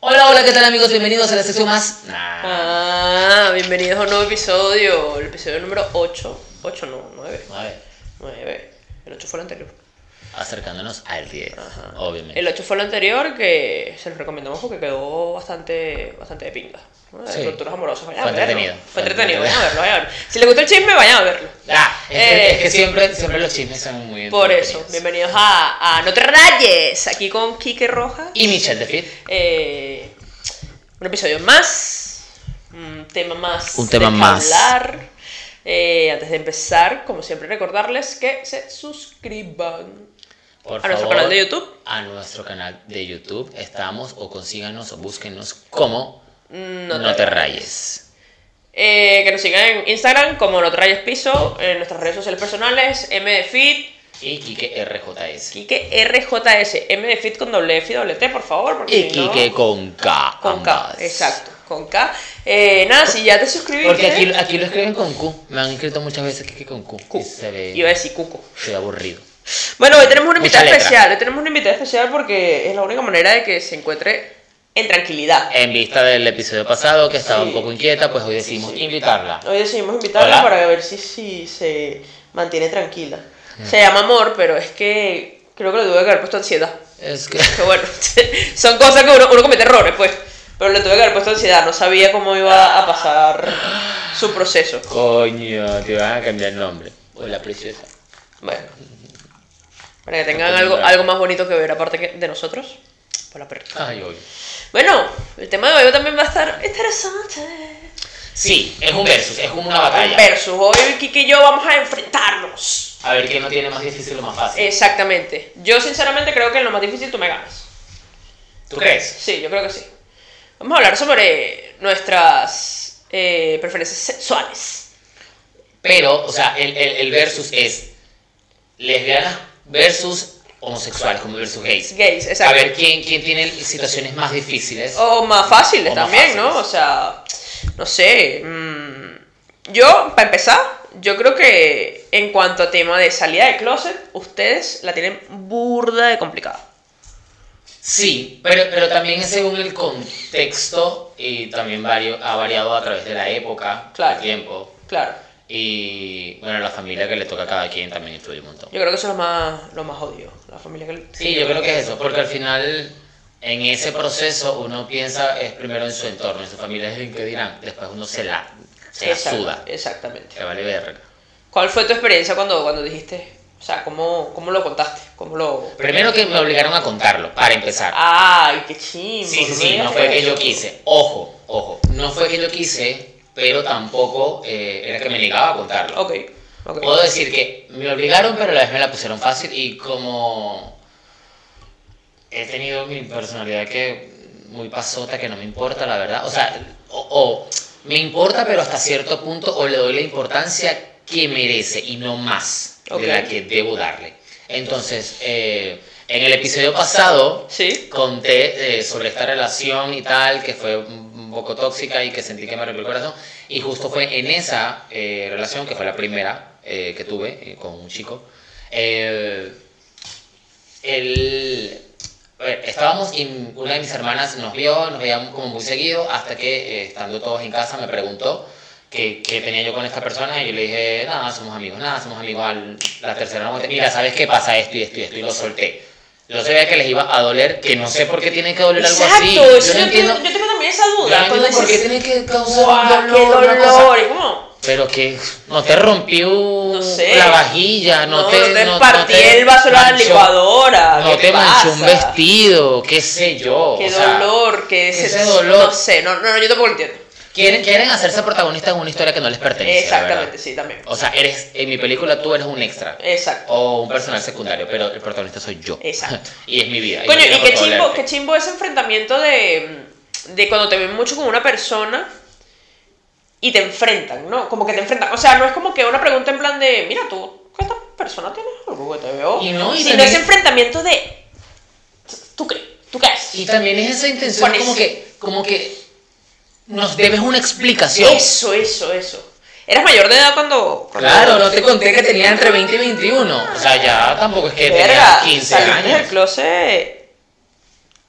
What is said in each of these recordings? Hola, ¿qué tal amigos? Bienvenidos a la sección más... Ah, bienvenidos a un nuevo episodio, el episodio número 8. 8 no, 9. A ver, 9. El 8 fue el anterior. acercándonos al 10, Ajá. obviamente. El 8 fue el anterior que se los recomendamos porque quedó bastante, bastante de pinga. ¿no? De Sí. Rupturas amorosas. Vayan Fue a verlo. entretenido. Fue entretenido, Fue vayan a verlo, vayan a verlo. Si les gusta el chisme, vayan a verlo. Ah, es, que- Eh, es que siempre, siempre los chismes son muy... Por eso, entretenidos. bienvenidos a, a No te rayes, aquí con Quique Rojas. Y Michelle de Fit. Eh, un episodio más, un tema más. Un tema de qué más. Hablar. Eh, antes de empezar, como siempre, recordarles que se suscriban Por a nuestro favor, canal de YouTube. A nuestro canal de YouTube. Estamos o consíganos o búsquenos como No, No te rayes. rayes. Eh, que nos sigan en Instagram como No te rayes Piso, en nuestras redes sociales personales, MDFit, Y Kike RJS. Kike RJS, MDFit con doble F y doble T, por favor. Porque Y si no- Kike con K. con K, ambas. exacto, con K. Eh, nada, si ya te suscribiste. Porque aquí, aquí lo escriben con Q. Me han escrito muchas veces Kike con Q. Y se Iba a ve decir cuco. se ve aburrido. Bueno, hoy tenemos una Mucha invitada letra. especial. Hoy tenemos una invitada especial porque es la única manera de que se encuentre en tranquilidad. En vista del episodio pasado, que estaba un Sí. poco inquieta, pues hoy decidimos invitarla. Hoy decidimos invitarla Hola. para ver si, si se mantiene tranquila. Mm. Se llama amor, pero es que creo que le tuve que haber puesto ansiedad. Es que. Que bueno, son cosas que uno, uno comete errores, pues. Pero le tuve que haber puesto ansiedad, no sabía cómo iba a pasar su proceso. Coño, te van a cambiar el nombre. Hola, preciosa. Bueno. Para que tengan algo, algo más bonito que ver aparte que- de nosotros. Por la perra. Ay, hoy. Bueno, el tema de hoy también va a estar interesante. Sí, es un versus, es como una batalla. Versus, hoy Kiki y yo vamos a enfrentarnos. A ver quién no tiene más difícil o más fácil. Exactamente. Yo sinceramente creo que en lo más difícil tú me ganas. ¿Tú crees? Sí, yo creo que sí. Vamos a hablar sobre nuestras eh, preferencias sexuales. Pero, o sea, el, el- el versus es lesbianas versus homosexuales, como versus gays. Gays, A exacto. ver quién, quién tiene situaciones más difíciles. O más fáciles O más también, ¿no? O fáciles. sea, no sé. mm, yo, para empezar, yo creo que en cuanto a tema de salida de closet, ustedes la tienen burda de complicada. Sí, pero, pero también es según el contexto y también vario, ha variado a través de la época, Claro. el tiempo. Claro. Y bueno, la familia que le toca a cada quien también influye un montón. Yo creo que eso es lo más, lo más odio. La familia que... Sí, yo creo que es eso, porque al final en ese proceso uno piensa es primero en su entorno, en su familia es en qué dirán, después uno se la, se la Exact- suda, Exactamente. que vale verga. ¿Cuál fue tu experiencia cuando, cuando dijiste? O sea, ¿cómo, cómo lo contaste? ¿Cómo lo...? Primero que me obligaron a contarlo, para empezar. ¡Ay, qué chimbo! Ah, Sí, sí, me sí, digas no fue que yo eso. quise. Ojo, ojo, no fue que yo quise, pero tampoco eh, era que me negaba a contarlo. Ok, ok. Puedo decir que me obligaron, pero a la vez me la pusieron fácil y como he tenido mi personalidad que muy pasota, que no me importa, la verdad. O sea, o, o me importa, pero hasta cierto punto, o le doy la importancia que merece y no más Ok. de la que debo darle. Entonces, eh, en el episodio pasado Sí, conté eh, sobre esta relación y tal, que fue un un poco tóxica y que sentí que me rompió el corazón. Y justo fue en esa eh, relación, que fue la primera eh, que tuve eh, con un chico, eh, el- a ver, Eh, estábamos y una de mis hermanas nos vio, nos veíamos como muy seguido, hasta que eh, estando todos en casa me preguntó qué, qué tenía yo con esta persona y yo le dije, nada, somos amigos, nada, somos amigos. Al, la tercera noche, mira, ¿sabes qué pasa? Esto y esto y esto, y lo solté. Yo sabía que les iba a doler, que no sé por qué tiene que doler algo así. exacto. Yo eso no entiendo, Yo tengo también esa yo no duda. cuando entiendo por qué dices, tiene que "Guau, causar ¡Qué dolor, una cosa". dolor! ¿Y cómo? Pero que no te rompió sé. la vajilla, Ah, no, te, no- no partí te el vaso de la manchó- licuadora. No ¿qué te manchó un pasa? vestido, qué sé yo. Qué o sea, dolor, qué ese ese dolor. No sé, no, no, no, yo tampoco lo entiendo. quieren, quieren hacerse protagonistas en una historia que no les pertenece. la verdad. Exactamente, sí, también. O sea, eres, en mi película tú eres un extra Exacto. o un personal secundario, pero el protagonista soy yo. Exacto. y es mi vida. Coño, no y tengo qué que chimbo, dolerte. qué chimbo ese enfrentamiento de, de cuando te ven mucho con una persona y te enfrentan, ¿no? Como que te enfrentan. O sea, no es como que una pregunta en plan de, mira, tú, con esta persona tienes algo que te veo. Y no, y Sino también- ese enfrentamiento de, ¿tú qué? ¿Tú qué haces? Y también es esa intención Pones- como que, como que nos debes una explicación. Eso, eso, eso. ¿Eras mayor de edad cuando.? Claro, no te conté que tenía entre 20 y 21. O sea, ya tampoco es que tenía Verga, 15 saliste del años. closet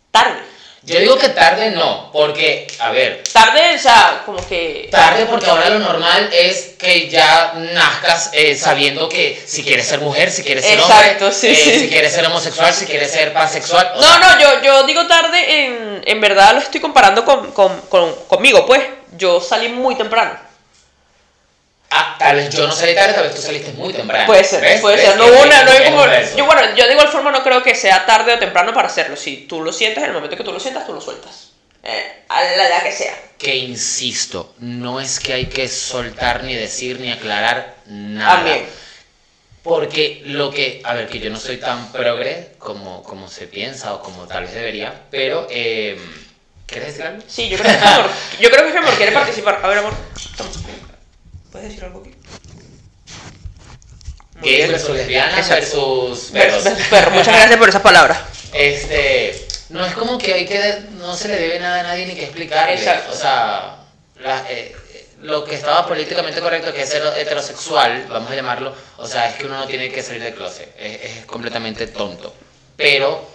tarde. Yo digo que tarde no, porque, a ver, Tarde, o sea, como que. tarde porque ahora lo normal es que ya nazcas eh, sabiendo que si quieres ser mujer, si quieres ser Exacto, hombre, sí, eh, sí. si quieres ser homosexual, si quieres ser pansexual. o No, sea, no, yo, yo digo tarde, en, en verdad lo estoy comparando con, con- con- conmigo, pues. Yo salí muy temprano. ah, tal vez yo no salí tarde, tal vez tú saliste muy temprano. Puede ser, Ah, ¿Ves? puede ¿Ves? ser. No Es- hubo es una, no un- hay es como. un verso. Yo, bueno, yo de igual forma no creo que sea tarde o temprano para hacerlo. Si tú lo sientas, en el momento que tú lo sientas, tú lo sueltas. Eh, a la edad que sea. Que insisto, no es que hay que soltar, ni decir, ni aclarar nada. También. Porque lo que, a ver, que yo no soy tan progre como, como se piensa o como tal vez debería, pero, eh, ¿quieres decir algo? Sí, yo creo que es que amor. Yo creo que es que amor quiere participar. A ver, amor. toma. ¿Puedes decir algo aquí? Muy Gays bien. versus lesbianas Exacto. versus perros. Versus perro. Muchas gracias por esas palabras. Este, no es como que hay que, no se le debe nada a nadie ni que explicar. Exacto. O sea, la- eh, eh, lo que estaba políticamente correcto, que es ser heterosexual, vamos a llamarlo, o sea, es que uno no tiene que salir del closet, es, es completamente tonto. Pero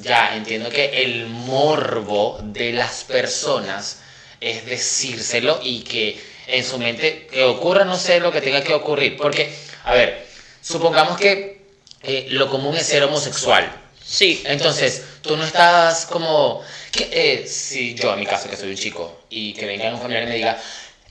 ya entiendo que el morbo de las personas es decírselo y que en su mente que ocurra, no sé, lo que tenga que ocurrir. Porque, a ver, supongamos que eh, lo común es ser homosexual. Sí. Entonces, tú no estás como. que, eh, si yo, en mi caso, que soy un chico, y que venga un familiar y me diga.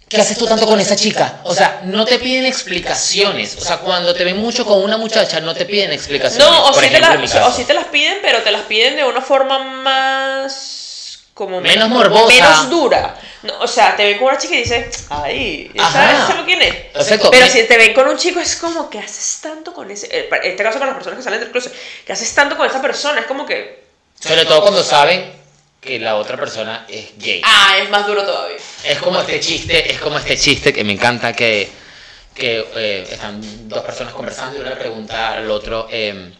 ¿Qué haces tú tanto con esa chica? O sea, no te piden explicaciones. O sea, cuando te ven mucho con una muchacha, no te piden explicaciones. No, o Por sí, te ejemplo, las, en mi caso. o sí te las piden, pero te las piden de una forma más. como Menos morbosa. Menos dura. No, o sea, te ven con una chica y dices, ay, Ajá. ¿sabes lo quién es? Exacto. Pero Me- si te ven con un chico, es como que haces tanto con ese. eh, En este caso, con las personas que salen del closet, que haces tanto con esa persona, es como que. Sobre todo cuando saben que la otra persona es gay. Ah, es más duro todavía. Es como este chiste, es como este chiste que me encanta que, que, eh, están dos personas conversando y uno le pregunta al otro, eh,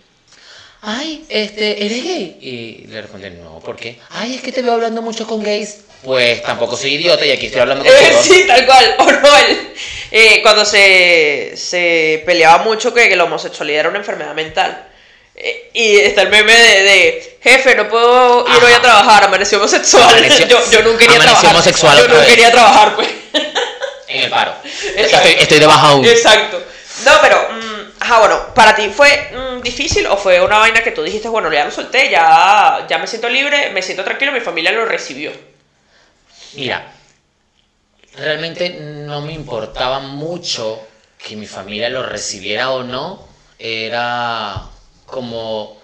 ay, este, ¿eres gay? Y le responde, no, ¿por qué? Ay, es que te veo hablando mucho con gays. Pues tampoco soy idiota y aquí estoy hablando con Eh, todos. sí, tal cual. O no, el- eh, cuando se, se peleaba mucho que, que la homosexualidad era una enfermedad mental. Eh, y está el meme de, de, jefe, no puedo ir hoy a Ajá. trabajar, amaneció homosexual. Amaneció- yo, yo no quería amaneció trabajar. homosexual yo otra no vez. quería trabajar, pues. En el paro. Exacto. Estoy, estoy de baja aún. Exacto. No, pero, mm, ajá, bueno, ¿para ti fue mm, difícil o fue una vaina que tú dijiste, bueno, ya lo solté, ya, ya me siento libre, me siento tranquilo, mi familia lo recibió? Mira, realmente no me importaba mucho que mi familia lo recibiera o no. Era como...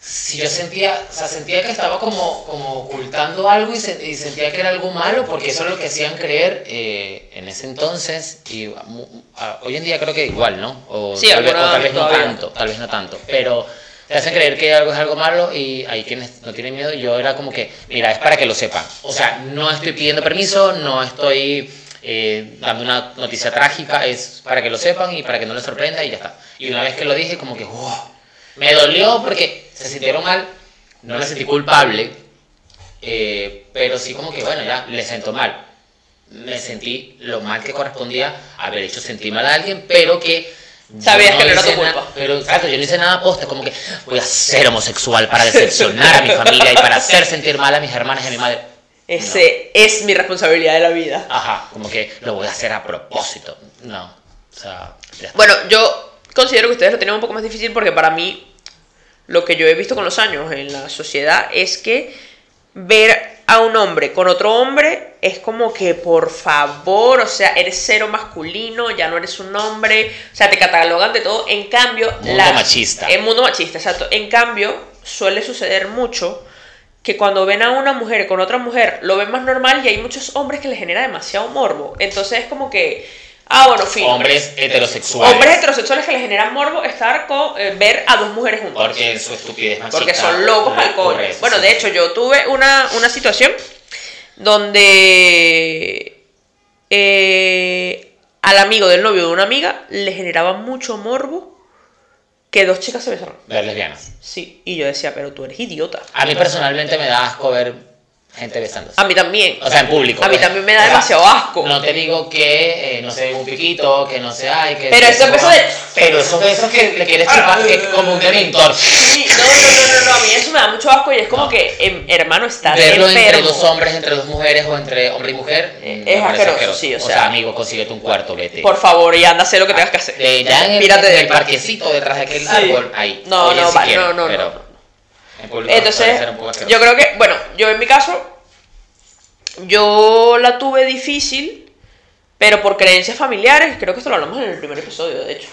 Si yo sentía, o sea, sentía que estaba como, como ocultando algo y, se- y sentía que era algo malo, porque eso es lo que hacían creer eh, en ese entonces. Y mu- a- hoy en día creo que igual, ¿no? O Sí, tal vez, alguna o tal vez no todavía. tanto, tal vez no tanto. Pero te hacen creer que algo es algo malo y hay quienes no tienen miedo. y Yo era como que, mira, es para que lo sepan. O sea, no estoy pidiendo permiso, no estoy eh, dando una noticia trágica, es para que lo sepan y para que no les sorprenda y ya está. Y una vez que lo dije, como que, ¡oh! wow, me dolió porque se sintieron mal, no me sentí culpable, eh, pero sí como que, bueno, ya le sentó mal. Me sentí lo mal que correspondía haber hecho sentir mal a alguien, pero que... yo Sabías que no era hice tu na- culpa. Pero exacto, yo no hice nada posta, como que voy a ser homosexual para decepcionar a mi familia y para hacer sentir mal a mis hermanas y a mi madre. Ese es mi responsabilidad de la vida. Ajá, como que lo voy a hacer a propósito. No, o sea, ya está. Bueno, yo considero que ustedes lo tienen un poco más difícil porque para mí lo que yo he visto con los años en la sociedad es que ver a un hombre con otro hombre es como que por favor, o sea, eres cero masculino, ya no eres un hombre, o sea, te catalogan de todo. En cambio, Mundo machista. El mundo machista, exacto. En cambio, suele suceder mucho que cuando ven a una mujer con otra mujer lo ven más normal y hay muchos hombres que les genera demasiado morbo. Entonces es como que, ah, bueno, fin. Hombres heterosexuales. Hombres heterosexuales que les generan morbo estar con eh, ver a dos mujeres juntas. Porque en su estupidez machista. Porque son locos le al coño. ocurre eso, Bueno, sí. de hecho, yo tuve una, una situación donde eh, al amigo del novio de una amiga le generaba mucho morbo que dos chicas se besaron. Ver lesbianas. Sí. Y yo decía, pero tú eres idiota. A mí personalmente me da asco ver gente besándose. A mí también. O sea, en público. A mí pues. también me da O sea, demasiado asco. No te digo que eh, no se den un piquito, que no se hay, que. Pero que esos se- besos de- Pero esos besos que le quieres chupar, que es como un dementor. Sí, no, no, no, no, no, a mí eso me da mucho asco y es como No. que, em, hermano, estás Verlo entre enfermo. dos hombres, entre dos mujeres o entre hombre y mujer. Eh, mm, es me parece asqueroso, sí, o o sea. sea, amigo, consíguete un cuarto, vete. Por favor, y anda, sé lo que tengas que hacer. Eh, ya en el, Mírate en de- el parquecito detrás de aquel Sí. árbol, ahí. No, Oye, no, si vale, quieren, no, no, pero no. En público puede Entonces, ser un poco asqueroso. yo creo que, bueno, yo en mi caso, yo la tuve difícil, pero por creencias familiares, creo que esto lo hablamos en el primer episodio, de hecho,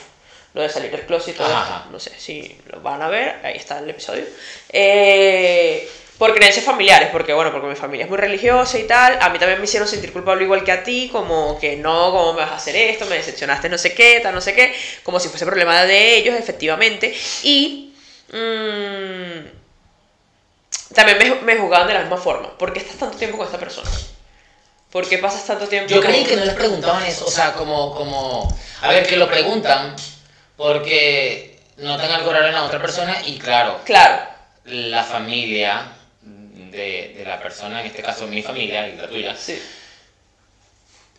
lo de salir del closet y todo Ajá, esto, ajá. no sé si lo van a ver, ahí está el episodio. Eh, por creencias familiares, porque bueno, porque mi familia es muy religiosa y tal, a mí también me hicieron sentir culpable igual que a ti, como que no, ¿cómo me vas a hacer esto? Me decepcionaste, no sé qué, tal, no sé qué, como si fuese problema de ellos, efectivamente, y... mm, también me, me juzgaban de la misma forma. ¿Por qué estás tanto tiempo con esta persona? ¿Por qué pasas tanto tiempo Yo con- creí que no les preguntaban eso, o sea, como, como, a ver, que lo preguntan porque notan algo raro en la otra persona y claro, Claro, la familia de, de la persona, en este caso mi familia y la tuya, sí.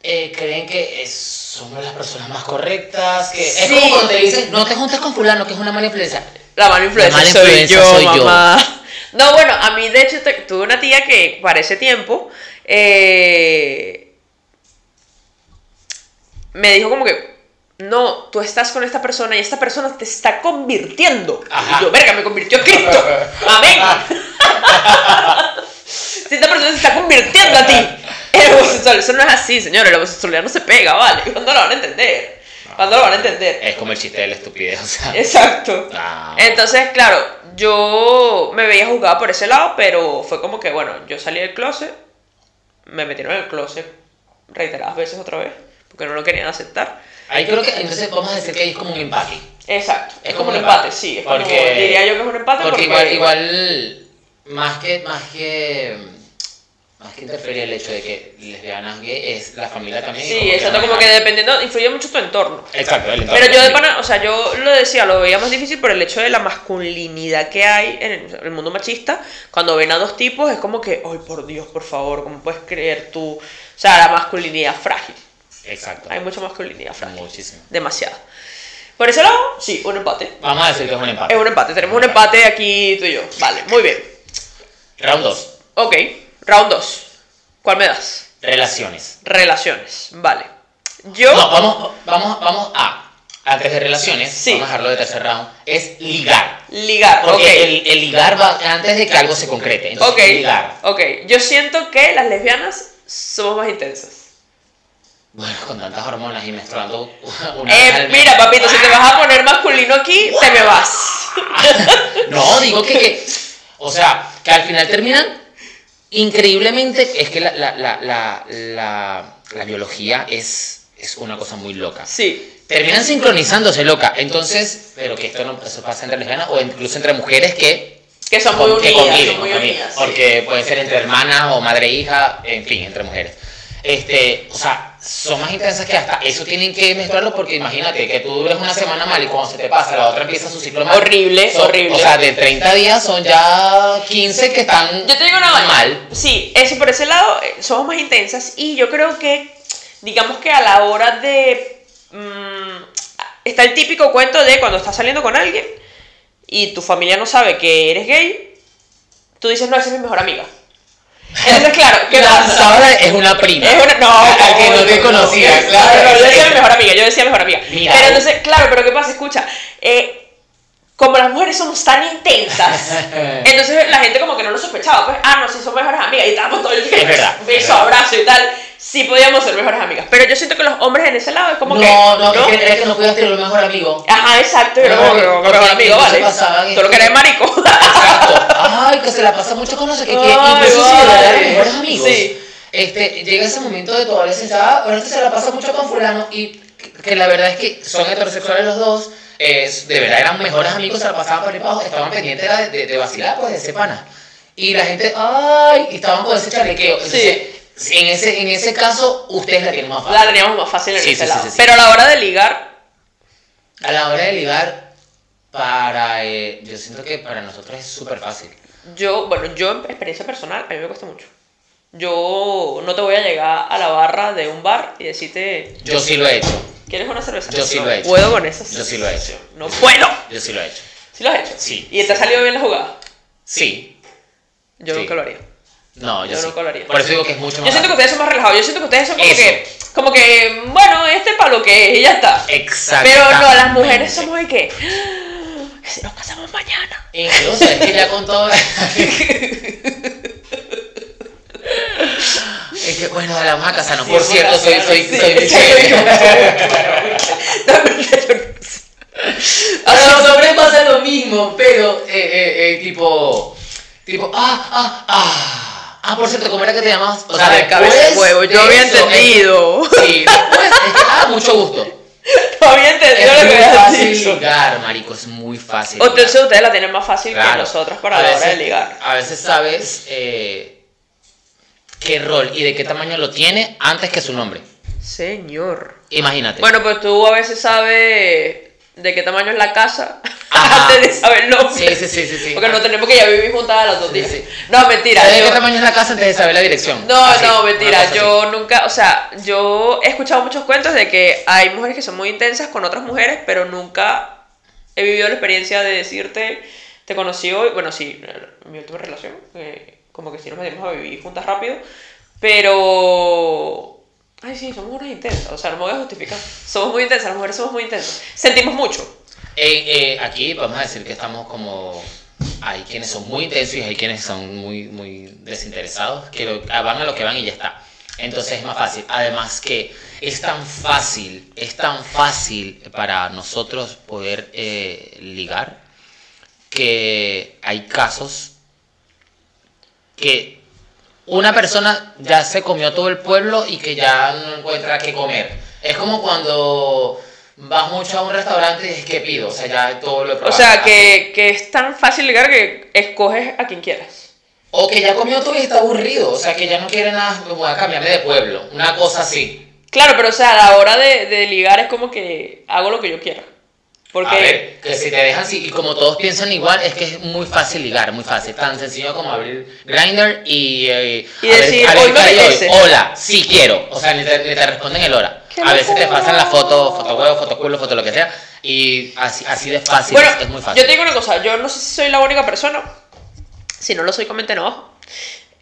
eh, creen que es- somos las personas más correctas, que es Sí. como cuando te dicen, no te juntes con fulano, que es una mala influencia. La mala influencia, mala soy, influencia yo, soy yo. mamá. No, bueno, a mí de hecho te- tuve una tía que para ese tiempo eh, me dijo como que no, tú estás con esta persona y esta persona te está convirtiendo. Ajá. Y yo, verga, me convirtió Cristo. Amén. si esta persona se está convirtiendo a ti en homosexual, eso no es así, señores. La homosexualidad no se pega, ¿vale? ¿Cuándo lo van a entender? ¿Cuándo Ah, lo van a entender? Es como el chiste de la estupidez, o sea. Exacto. Ah. Entonces, claro, yo me veía juzgada por ese lado, pero fue como que, bueno, yo salí del closet, me metieron en el closet reiteradas veces otra vez, porque no lo querían aceptar. Ahí creo que, entonces vamos a decir que ahí es como un empate. Exacto. Es como un un empate, empate, sí. Es porque- como, diría yo que es un empate Porque igual, igual, más que, más que, más que interferir el hecho de que lesbianas gay es la familia también. Sí, exacto, como que dependiendo, influye mucho tu entorno. Exacto, el entorno. Pero yo de pana, o sea, yo lo decía, lo veía más difícil por el hecho de la masculinidad que hay en el, el mundo machista. Cuando ven a dos tipos es como que, ay, por Dios, por favor, ¿cómo puedes creer tú? O sea, la masculinidad frágil. Exacto. Hay mucha masculinidad frágil. Muchísimo. Demasiada. Por ese lado, sí, un empate. Vamos a decir que es un empate. Es un empate. Tenemos un empate aquí tú y yo. Vale, muy bien. Round 2. Ok, round 2. ¿Cuál me das? Relaciones. Relaciones. Vale. Yo... No, vamos, vamos, vamos a. Antes de relaciones, Sí. vamos a dejarlo de tercer round. Es ligar. Ligar, Porque ok. el, el ligar va antes de que algo se concrete. Entonces, Ok, ligar. ok. Yo siento que las lesbianas somos más intensas. Bueno, con tantas hormonas y menstruando una vez Eh, al mes. mira, papito, si te vas a poner masculino aquí, te me vas. No, digo que, que- O sea, que al final terminan increíblemente. Es que la, la, la, la, la, la biología es, es una cosa muy loca. Sí, Terminan sincronizándose, loca. Entonces, pero que esto no eso pasa entre lesbianas o incluso entre mujeres que, que son muy con- que unidas, conviven, son muy ¿no? Conviven. unidas. sí. Porque puede ser entre hermanas o madre e hija, en fin, entre mujeres. Este, o sea, son más intensas que hasta eso tienen que menstruarlo porque imagínate que tú duras una semana mal y cuando se te pasa la otra empieza su ciclo mal. Horrible, Son- horrible. O sea, de 30 días son ya 15 que están Yo te digo una vaina. mal. Sí, eso por ese lado eh, somos más intensas y yo creo que, digamos que a la hora de... mm, está el típico cuento de cuando estás saliendo con alguien y tu familia no sabe que eres gay, tú dices, no, esa es mi mejor amiga. Entonces, claro, ¿qué La pasa? Sara es una prima. Es una- no, Al Ah, que no te conocía, claro. No, no, yo decía mi mejor amiga, yo decía mejor amiga. Mira. Pero entonces, claro, pero ¿qué pasa? Escucha, eh, como las mujeres somos tan intensas, entonces la gente como que no lo sospechaba, pues, ah, no, sí, son mejores amigas y estábamos todo el día. Es verdad, es Beso, verdad. abrazo y tal. Sí, podíamos ser mejores amigas. Pero yo siento que los hombres en ese lado es como no, que. no, no, que crees que no cuidaste lo mejor amigo. Ajá, exacto, yo No, no, como que no, mejor porque amigo, no se vale. pasaban Tú lo esto. que eres marico. Exacto. Ay, que se la pasa mucho con no sé qué, que Ay, incluso si vale. de verdad eran mejores amigos. Sí. Este, llega ese momento de tu adolescencia, ah, bueno, que se la pasa mucho con fulano y que- que la verdad es que son heterosexuales los dos, es- de verdad eran mejores amigos, se la pasaban por el bajo, estaban pendientes era de, de, de vacilar, pues, de ese pana. Y la gente, ay, y estaban con ese chalequeo. Entonces, en, ese, en ese caso, ustedes la tienen más fácil. la teníamos más fácil en Sí, ese sí, sí, lado. sí, sí. Pero a la hora de ligar, A la hora de ligar, para, eh, yo siento que para nosotros es súper fácil. yo, bueno, yo en experiencia personal, a mí me cuesta mucho. Yo no te voy a llegar a la barra de un bar y decirte, Yo sí lo he hecho. ¿quieres una cerveza? Yo sí no lo he hecho. puedo con esas. Yo sí lo he hecho. No puedo. Yo sí lo he hecho. ¿Sí lo has hecho? Sí. ¿Y te ha salido bien la jugada? Sí. Yo Sí. nunca lo haría. No, yo, Yo sí. nunca lo haría. Por eso digo que es mucho más Yo siento barato. que ustedes son más relajados. Yo siento que ustedes son como Eso. que, como que, bueno, este es para lo que es y ya está. Exacto. Pero no, las mujeres somos de que, "Ah, que si nos casamos mañana. Incluso es que ya con todo. es que bueno, la vamos a casarnos. Por cierto, soy, soy, Sí. soy Michelle. A los hombres pasa lo mismo, pero eh, eh, eh, tipo. Tipo, ah, ah, ah. Ah, por cierto, ¿cómo era que te llamas? O Ah, de cabeza de después huevo, yo de había eso, eh, entendido. sí, después, es que, ah, mucho gusto. No había entendido Es lo que muy habías fácil dicho. ligar, marico, es muy fácil. O Entonces ligar. ustedes la tienen más fácil que Claro. nosotros para A la hora de veces- ligar. A veces sabes eh, qué rol y de qué tamaño lo tiene antes que su nombre. Señor. Imagínate. Bueno, pues tú a veces sabes de qué tamaño es la casa Ajá. antes de saber el nombre. sí, sí, sí, sí, sí. Porque no tenemos que ya vivir juntadas las dos Sí, días. sí. No, mentira. ¿Sabes de yo- qué tamaño es la casa antes de saber la dirección? No, Así, no, una cosa mentira. así. Yo nunca, o sea, yo he escuchado muchos cuentos de que hay mujeres que son muy intensas con otras mujeres, pero nunca he vivido la experiencia de decirte, te conocí hoy. Bueno, sí, mi última relación, eh, como que sí nos metimos a vivir juntas rápido, pero. Ay, sí, somos unas intensas. O sea, no me voy a justificar. Somos muy intensas, las mujeres somos muy intensas. Sentimos mucho. Eh, eh, aquí vamos a decir que estamos como. Hay quienes son muy intensos y hay quienes son muy, muy desinteresados, que lo- ah, van a lo que van y ya está. Entonces es más fácil. Además que es tan fácil, es tan fácil para nosotros poder eh, ligar, que hay casos que una persona ya se comió todo el pueblo y que ya no encuentra qué comer. Es como cuando vas mucho a un restaurante y dices que pido, o sea, ya todo lo he O probado. sea, que, que es tan fácil ligar que escoges a quien quieras. O que ya comió todo y está aburrido, o sea, que ya no quiere nada, me voy a cambiarme de pueblo, una cosa así. Claro, pero o sea, a la hora de, de ligar es como que hago lo que yo quiera. Porque. A ver, que si te dejan así, y como todos piensan igual, es que es muy fácil ligar, muy fácil, tan sencillo como abrir Grindr y, eh, Y a ver- decir, a ver hoy qué me hay apetece. hola, sí quiero, o sea, ni te, ni te responden el hora. Qué A veces te locura. pasan la foto, foto huevo, foto culo, foto lo que sea, y así, así de fácil, bueno, es muy yo fácil. te digo una cosa, yo no sé si soy la única persona. Si no lo soy, comenten abajo.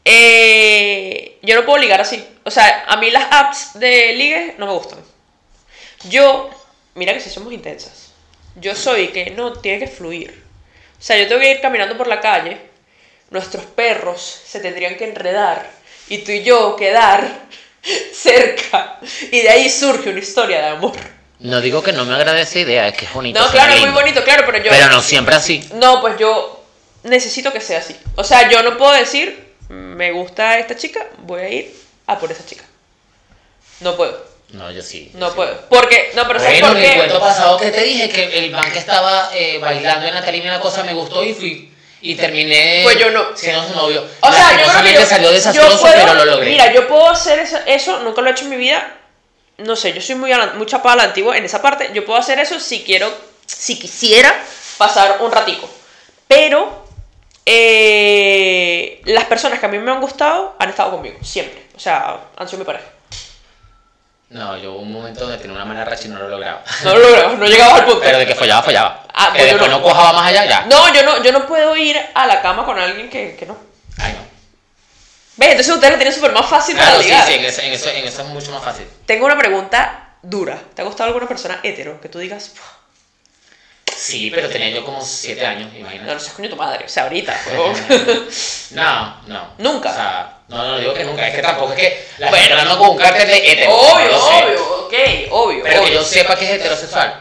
Eh, yo no puedo ligar así. O sea, a mí las apps de ligue no me gustan. Yo, mira que si somos intensas. Yo soy que no tiene que fluir. O sea, yo tengo que ir caminando por la calle. Nuestros perros se tendrían que enredar. Y tú y yo quedar cerca. Y de ahí surge una historia de amor. No digo que no me agrade esa idea, es que es bonito. No, suena claro, es muy lindo. bonito, claro, pero yo. Pero no siempre así. No, pues yo necesito que sea así. O sea, yo no puedo decir, me gusta esta chica, voy a ir a por esa chica. No puedo, No, yo sí. no puedo. Porque, no, pero ¿sabes bueno, por en el qué? cuento pasado que te dije que el man que estaba eh, bailando en Natalia y una cosa me gustó y fui y terminé Pues yo no. siendo su novio. O sea, yo creo que Lastimosamente yo, salió yo desastroso, puedo- pero lo logré. Mira, yo puedo hacer eso, eso, nunca lo he hecho en mi vida. No sé, yo soy muy, a la- muy chapada a la antigua en esa parte. Yo puedo hacer eso si quiero, si quisiera pasar un ratico. Pero eh, las personas que a mí me han gustado han estado conmigo, siempre. O sea, han sido mi pareja. No, yo hubo un momento donde tenía una mala racha y no lo lograba. No lo lograba, no llegaba al punto. Pero de que follaba, follaba. Ah, que pues yo después no. no cuajaba más allá, ya. No, yo no, yo no puedo ir a la cama con alguien que, que no. Ay, no. ¿Ves? Entonces ustedes la tienen súper más fácil Claro, para sí, ligar. sí, en eso, en, eso, en eso es mucho más fácil. Tengo una pregunta dura. ¿Te ha gustado alguna persona hetero? Que tú digas, "Puh, Sí, pero tenía yo como 7 años, no, no imagínate. pues, seas coño tu madre. O sea, ahorita, pues. huevón. No, no. Nunca. O sea, no, no, digo que nunca. Es que tampoco es que la Bueno. gente no con un cartel de hetero. no obvio, lo sé. obvio, ok, obvio. Pero que obvio. yo sepa que es heterosexual.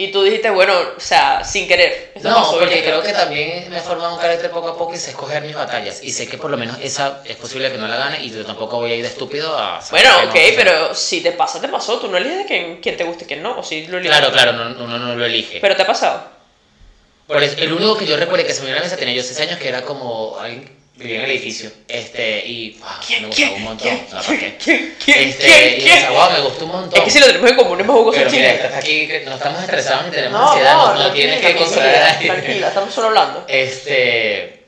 Y tú dijiste, bueno, o sea, sin querer. Esto No, pasó porque ya. creo que también me he formado un carácter poco a poco y sé escoger mis batallas. Y sé que por lo menos esa es posible que no la gane y yo tampoco voy a ir de estúpido a... saber Bueno, que no, o ok, sea, pero si te pasa, te pasó. Tú no eliges de quién, quién te gusta y quién no. O si lo eliges. Claro, claro, no- uno no lo elige. Pero te ha pasado. Por eso, el único que yo recuerdo que se me vino a la mesa tenía yo 6 años que era como alguien que vivía en el edificio. Este, y... wow, me gustaba un montón. ¿Quién? No, ¿para ¿Quién? qué? ¿Quién? ¿Quién? Este, ¿Quién? y yo decía, ¿Quién? wow, me gustó un montón. Es que si lo tenemos en común es más jugoso Pero mira, chile. estás aquí, que no estamos estresados ni tenemos No, ansiedad, no, no, no tienes tranquila, que consolar a nadie. Tranquila, estamos solo hablando. Este.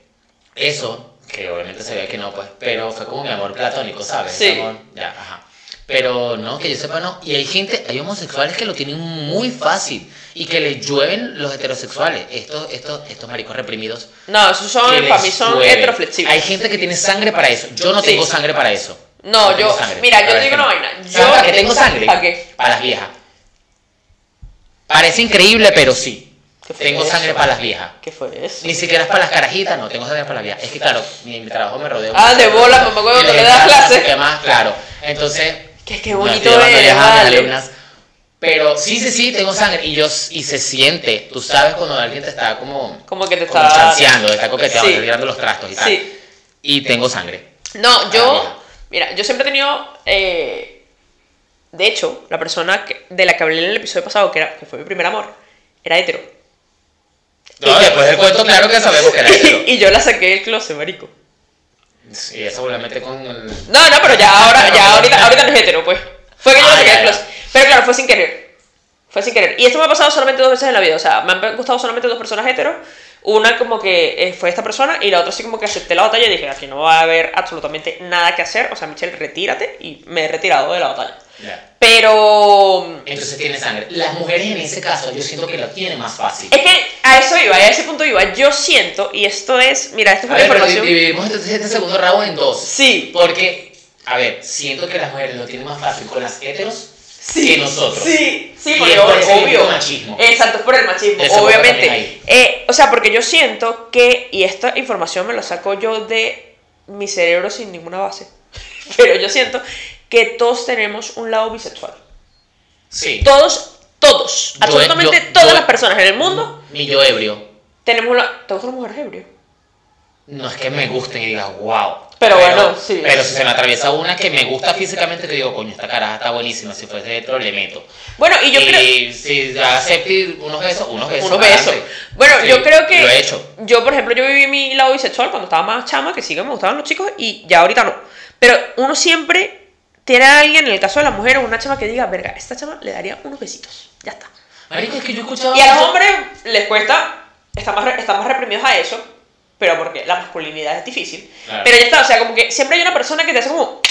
Eso, que obviamente se ve que no, pues, pero fue como mi amor platónico, ¿sabes? Sí. Ese amor, ya, ajá. Pero no, que yo sepa no. Y hay gente, hay homosexuales que lo tienen muy fácil y que les llueven los heterosexuales, estos, estos, estos maricos reprimidos. No, esos son, que les para mí son llueven. heteroflexibles. Hay gente que tiene sangre para eso. Yo no Sí. tengo sangre para eso. No, tengo yo- sangre. mira, yo La te verdad digo que una no. vaina. ¿Sabes Yo para qué tengo sangre? ¿Para qué? Para las viejas. Parece increíble, pero sí. ¿Qué fue Tengo eso? sangre para las viejas. ¿Qué fue eso? Ni siquiera es para las carajitas, no, tengo sangre para las viejas. Es que claro, mi, mi trabajo me rodeo. Ah, de bola, mamá, huevo, Y tú les le das encanta, clase. así que más, claro. Entonces, Qué, qué no estoy bonito llevando eres, viejas a mis vale. alumnas. Pero sí, sí, sí, tengo sangre. Y yo y se siente. Tú sabes cuando alguien te está como, Como que te como está... chanceando, te está coqueteando, te Sí. está tirando los trastos y tal. Sí. Y tengo sangre. No, Ah, yo, mira, yo siempre he tenido, eh, de hecho, la persona que- de la que hablé en el episodio pasado, que, era, que fue mi primer amor, era hetero. No, después del cuento, claro que sabemos que era eso. y yo la saqué del closet, marico. Sí, eso obviamente con el. No, no, pero ya ahora, ya ahorita, ahorita no es hetero, pues. Fue que yo la Ah, saqué ya, del ya. closet. Pero claro, fue sin querer. Fue sin querer. Y esto me ha pasado solamente dos veces en la vida. O sea, me han gustado solamente dos personas heteros. Una como que eh, fue esta persona y la otra sí como que acepté la batalla y dije, aquí no va a haber absolutamente nada que hacer. O sea, Michelle, retírate. Y me he retirado de la batalla. Ya. Pero Entonces tiene sangre. Las mujeres en ese caso, yo siento que lo tienen más fácil. es que a eso iba, a ese punto iba. Yo siento, y esto es, mira, esto es A una ver, pero información. dividimos este, este segundo rabo en dos. Sí. Porque, a ver, siento que las mujeres lo tienen más fácil con las heteros que nosotros. Sí, sí, Y porque es por ese obvio. mismo machismo. Exacto, es por el machismo, Ese porque también obviamente. hay. Eh, o sea, porque yo siento que, y esta información me la saco yo de mi cerebro sin ninguna base, pero yo siento que todos tenemos un lado bisexual. Sí. Todos, todos, Yo- absolutamente yo- todas yo- las personas en el mundo Ni yo ebrio. tenemos un lado. ¿Te gustan las mujeres ebrios? No es que me gusten y digas, wow. Pero bueno, sí. Pero si se me atraviesa una que me gusta físicamente, te digo, coño, esta caraja está buenísima. Si fuese hetero, le meto. Bueno, y Eh, yo creo. si acepto unos besos, unos besos. Unos para besos. adelante. Bueno, Sí, yo creo que. Lo he hecho. Yo, por ejemplo, yo viví mi lado bisexual cuando estaba más chama, que sí que me gustaban los chicos, y ya ahorita no. Pero uno siempre tiene a alguien, en el caso de las mujeres, una chama que diga, verga, esta chama le daría unos besitos. Ya está. Marico, es que yo escuchaba. Y a los mucho- hombres les cuesta, están más, re- están más reprimidos a eso, pero porque la masculinidad es difícil. Claro. Pero ya está, o sea, como que siempre hay una persona que te hace como...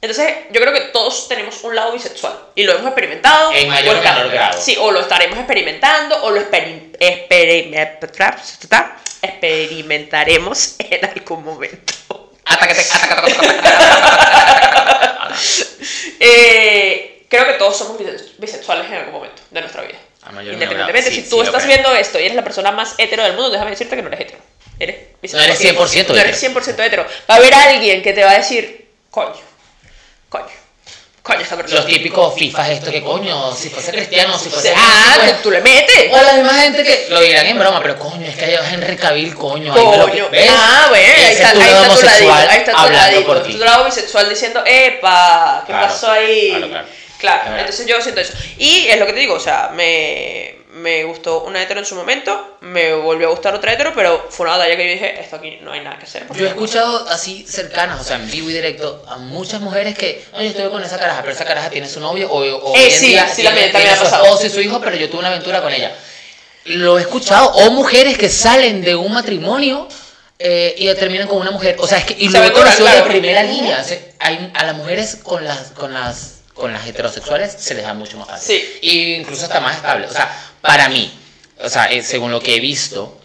Entonces, yo creo que todos tenemos un lado bisexual y lo hemos experimentado. En o mayor o está- menor grado. Sí, o lo estaremos experimentando o lo experi- experi- experimentaremos en algún momento. Atácate, atácate, atácate. Eh, creo que todos somos bise- bisexuales en algún momento de nuestra vida. A mayor Independientemente, grado, sí, si sí, tú lo estás creo. viendo esto y eres la persona más hetero del mundo, déjame decirte que no eres hetero. Eres bisexual. No eres 100% No eres 100% hetero. Va a haber alguien que te va a decir, coño, coño, coño, esta persona. Los típicos fifas estos que coño, si fuese cristiano, si O fuese... sea, ah, si que fuese- tú le metes. O la misma gente que lo dirán en broma, pero coño, es que allá va Henry Cavill, coño. ahí me lo- Coño. ¿ves? Ah, bueno, ahí Ese está, es tu ahí lado está tu homosexual ladito. Ahí está tu hablando ladito. por ti. Tu lado bisexual diciendo, epa, ¿qué Claro, pasó ahí? claro, Eh. claro. Claro, Es verdad. entonces yo siento eso. Y es lo que te digo, o sea, me, me gustó una hetero en su momento, me volvió a gustar otra hetero, pero fue una batalla que yo dije, esto aquí no hay nada que hacer. porque- Yo he escuchado así cercanas, o sea, en vivo y directo, a muchas mujeres que, no, yo estuve con esa caraja, pero esa caraja tiene su novio, o, o Eh, hoy en sí, día sí, tiene- también- también tiene ha su pasado. esposo y su hijo, pero yo tuve una aventura con ella. Lo he escuchado, o mujeres que salen de un matrimonio eh, y terminan con una mujer, o sea, es que, y Se lo he aventuran, conocido de claro. primera línea, o sea, hay- a las mujeres con las, con las con las heterosexuales se les da mucho más fácil. Sí. Y incluso hasta más estable. O sea, para mí, o sea, eh, según lo que he visto,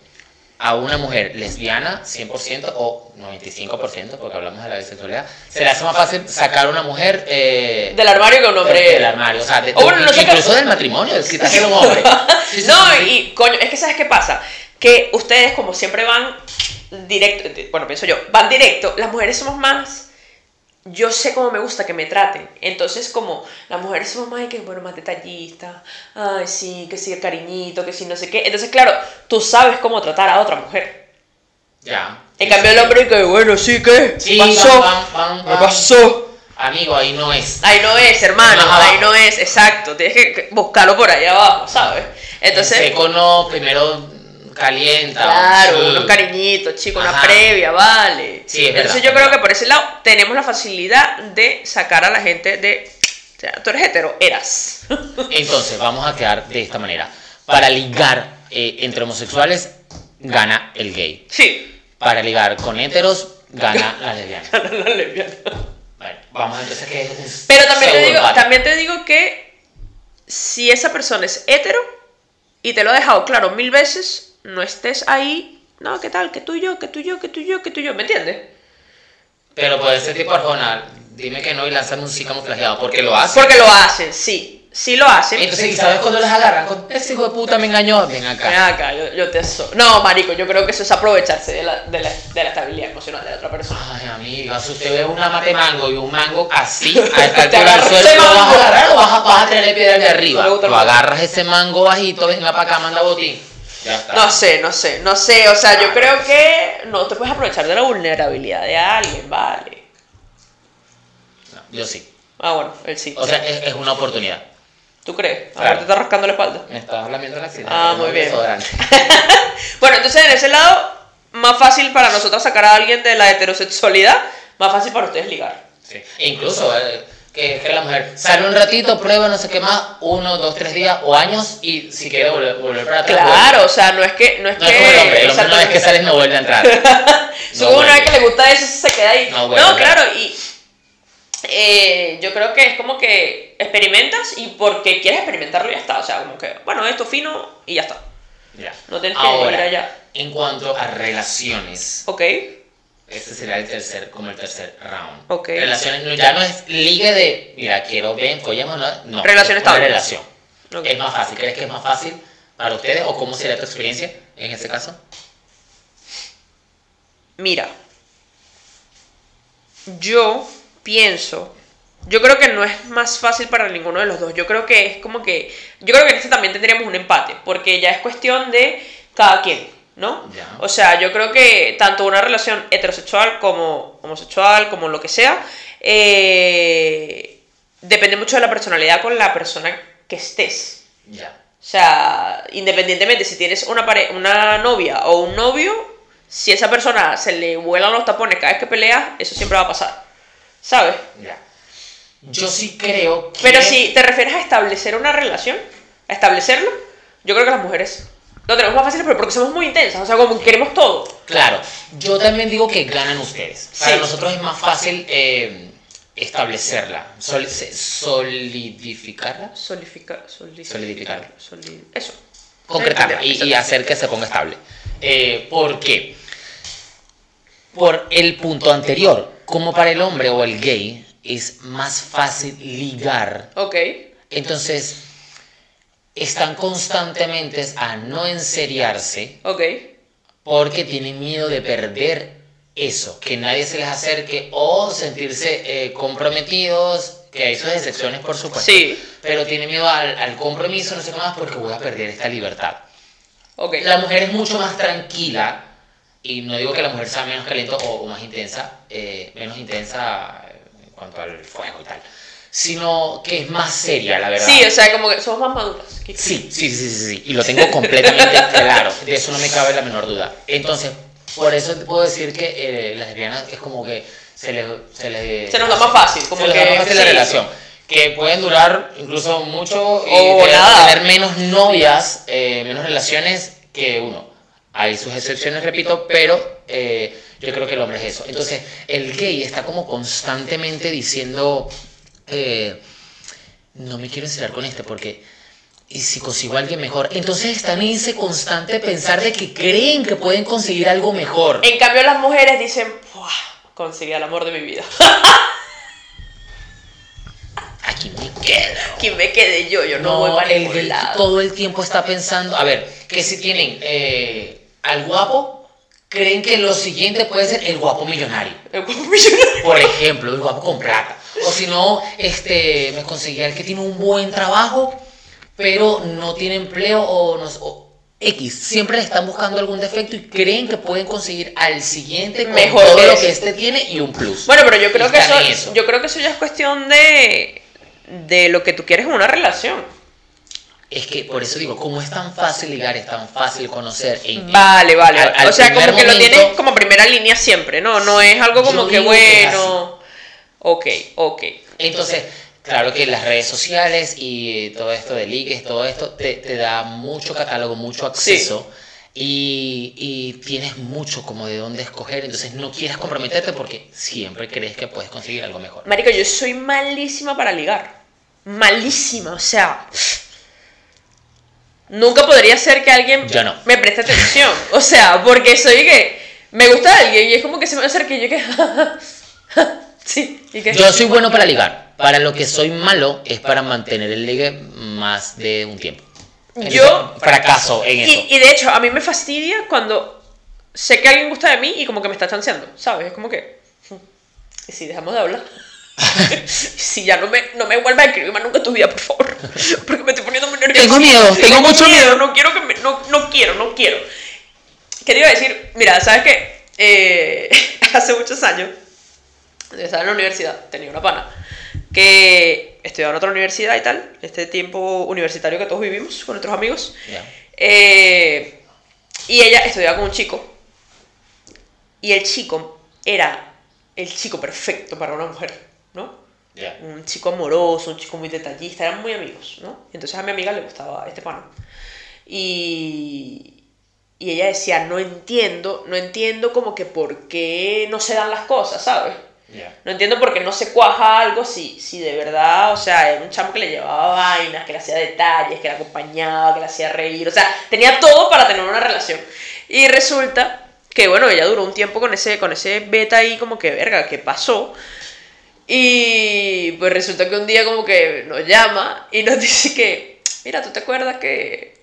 a una mujer lesbiana 100% o 95%, porque hablamos de la bisexualidad, se le hace más fácil sacar a una mujer eh, Del armario que un hombre... del armario, o sea, de- O bueno, no saca- incluso del matrimonio, si te hace un hombre. Sí, sí, no, sí, sí. y coño, es que ¿sabes qué pasa? Que ustedes, como siempre van directo, bueno, pienso yo, van directo, las mujeres somos más, yo sé cómo me gusta que me traten, entonces como las mujeres somos más, ay, que bueno, más detallistas, ay, sí, que sí, el cariñito, que sí, no sé qué, entonces claro, tú sabes cómo tratar a otra mujer. Ya. En cambio el hombre que, bueno, sí, ¿qué? Sí, pasó? van, van, van, ¿Qué van. pasó? Amigo, ahí no es. Ahí no es, hermano, Más abajo. ahí no es, exacto, tienes que que buscarlo por allá abajo, ¿sabes? Entonces... Seco no, primero mm, calienta. Claro, Sí. unos cariñitos, chicos, una Ajá. previa, vale. Sí, es verdad, Entonces es yo creo verdad. que por ese lado tenemos la facilidad de sacar a la gente de... O sea, tú eres hetero, eras. Entonces, vamos a quedar de esta manera. Para ligar eh, entre homosexuales, gana el gay. sí. para ligar con héteros gana la lesbiana. Las lesbianas. Bueno, vamos entonces que es un Pero también te, pseudo digo, empate. también te digo que si esa persona es hetero y te lo ha dejado claro mil veces, no estés ahí, no, ¿qué tal? Que tú y yo, que tú y yo, que tú y yo, que tú y yo, ¿me entiendes? Pero puede ser tipo Arjona, dime que no y lanzan un sí camuflajeado, porque lo hacen. Porque lo hacen, sí, sí lo hacen. Entonces, ¿y sabes cuando los agarran? Con ese hijo de puta me engañó, ven Ven acá. acá, yo, yo te so- No, marico, yo creo que eso es aprovecharse de la, de la, de la estabilidad emocional de la otra persona. Ay, amiga, si usted ve una mate mango y un mango así, a esta Te altura del agarras suelo, ese ¿lo vas mango. a agarrar o vas a, vas a tener el pie de arriba? No me gusta el Lo mango. agarras ese mango bajito, venga para acá, manda botín. Ya está. No sé, no sé, no sé. O sea, yo creo que no te puedes aprovechar de la vulnerabilidad de alguien, vale. No, yo sí. Ah, bueno, él sí. O sea, es, es una oportunidad. ¿Tú crees? Claro. Ahora te está rascando la espalda. Me estabas lamiendo la axila. Ah, no, muy bien. desodorante. Bueno, entonces en ese lado, más fácil para nosotros sacar a alguien de la heterosexualidad, más fácil para ustedes ligar. Sí. E Incluso eh, que, que la mujer sale un ratito, prueba no sé qué más, uno, dos, tres días o años y si quiere volver, volver para atrás. vuelve. Claro, o sea, no es que. No es No que. es como el hombre, el hombre exacto, una vez que sales no vuelve a entrar. Supongo No una vez vuelve. que le gusta eso, se queda ahí. No No, vuelve. claro, y eh, yo creo que es como que experimentas y porque quieres experimentarlo ya está. O sea, como que, bueno, esto fino y ya está. Ya. No tienes que Ahora, ir allá. en cuanto a relaciones, Ok, este será el tercer, como el tercer round. Ok. Relaciones no- ya no es ligue de, mira, quiero ver, collemos, no. no Relación es una estable. relación. ok. ¿Es más fácil? ¿Crees que es más fácil para ustedes o cómo sería tu experiencia en ese caso? Mira, yo pienso, yo creo que no es más fácil para ninguno de los dos. Yo creo que es como que, yo creo que en este también tendríamos un empate, porque ya es cuestión de cada quien, ¿no? Ya. O sea, yo creo que tanto una relación heterosexual como homosexual, como lo que sea, eh, depende mucho de la personalidad con la persona que estés. Ya. O sea, independientemente si tienes una, pare- una novia o un novio, si a esa persona se le vuelan los tapones cada vez que peleas, eso siempre va a pasar. ¿Sabes? Ya. Yo sí creo que. Pero si te refieres a establecer una relación, a establecerlo, yo creo que las mujeres lo tenemos más fácil pero porque somos muy intensas, o sea, como que queremos todo. Claro, yo también digo que ganan ustedes. Sí. Para nosotros es más fácil eh, establecerla, sol- se- solidificarla, Solidificar, solidificar, Solidificar. solid- eso. concretarla y, y hacer que se ponga estable. Eh, ¿Por qué? Por el punto anterior, como para el hombre o el gay es más fácil ligar, Ok, entonces están constantemente a no enseriarse ok, porque tienen miedo de perder eso, que nadie se les acerque o sentirse eh, comprometidos, que hay sus excepciones por supuesto, Sí. pero tienen miedo al, al compromiso, no sé qué más, porque voy a perder esta libertad. ok. La mujer es mucho más tranquila, y no digo que la mujer sea menos caliente o, o más intensa, eh, menos intensa eh, en cuanto al fuego y tal, sino que es más seria, la verdad. Sí, o sea, como que somos más maduras. Sí, sí, sí, sí, sí, y lo tengo completamente claro, de eso no me cabe la menor duda. Entonces, por eso te puedo decir que eh, las lesbianas es como que se les... Se, les, Se nos da más fácil, como se les que... da más fácil la sí. relación. Que pueden durar incluso mucho y O tener, nada. tener menos novias, eh, menos relaciones que uno. Hay sus excepciones, repito, pero eh, yo creo que el hombre es eso. Entonces, el gay está como constantemente diciendo... eh, no me quiero encerrar con este porque y si consigo a alguien mejor, entonces están en ese constante pensar de que creen que pueden conseguir algo mejor. En cambio, las mujeres dicen, "Buah, conseguí el amor de mi vida. Aquí me quedo. Aquí me quedé yo, yo no, voy para el ningún del- lado. todo el tiempo está pensando, a ver, que si tienen eh, al guapo, creen que lo siguiente puede ser el guapo millonario. El cuerpo millonario. Por ejemplo, el guapo con plata. O si no, este, me conseguí al que tiene un buen trabajo, pero no tiene empleo o, no, sé, o X. Siempre le están buscando algún defecto y creen que pueden conseguir al siguiente con Mejor todo que lo ese. que este tiene y un plus. Bueno, pero yo creo que eso, Están en yo creo que eso ya es cuestión de, de lo que tú quieres en una relación. Es que por eso digo, como es tan fácil ligar, es tan fácil conocer. en- Vale, vale. Al- al o sea, como primer que lo momento- tienes como primera línea siempre, ¿no? No es algo como Yo que digo que es bueno. Ok, ok. Entonces, claro que las redes eh, sociales y todo esto de ligues, todo esto, te, te da mucho catálogo, mucho acceso. y, y tienes mucho como de dónde escoger, entonces no quieres comprometerte porque siempre crees que puedes conseguir algo mejor. Marico, yo soy malísima para ligar. Malísima, o sea. Nunca podría ser que alguien Yo no. me preste atención. O sea, porque soy que me gusta alguien y es como que se me acerca y yo que. sí, y que. Yo soy bueno para ligar. Para lo que soy malo es para mantener el ligue más de un tiempo. En Yo- eso, fracaso en eso. Y, y de hecho, a mí me fastidia cuando sé que alguien gusta de mí y como que me está chanceando, ¿sabes? Es como que. "Hm, ¿Y si dejamos de hablar? si ya no me, no me vuelvas a escribir más nunca en tu vida, por favor. Porque me estoy poniendo muy nerviosa. Tengo miedo, tengo mucho miedo. No quiero que me. No, no quiero, no quiero. ¿Qué te iba a decir? Mira, ¿sabes qué? Eh, hace muchos años, yo estaba en la universidad, tenía una pana que estudiaba en otra universidad y tal, este tiempo universitario que todos vivimos con nuestros amigos. Ya. Eh, y ella estudiaba con un chico. Y el chico era el chico perfecto para una mujer, ¿no? Ya. Un chico amoroso, un chico muy detallista, eran muy amigos, ¿no? Entonces a mi amiga le gustaba este pana. Y, y ella decía, no entiendo, no entiendo como que por qué no se dan las cosas, ¿sabes? Ya. No entiendo por qué no se cuaja algo si, si de verdad, o sea, era un chamo que le llevaba vainas, que le hacía detalles, que la acompañaba, que le hacía reír, o sea, tenía todo para tener una relación. Y resulta que, bueno, ella duró un tiempo con ese, con ese beta ahí como que, verga, ¿qué pasó? Y pues resulta que un día como que nos llama y nos dice que, mira, ¿tú te acuerdas que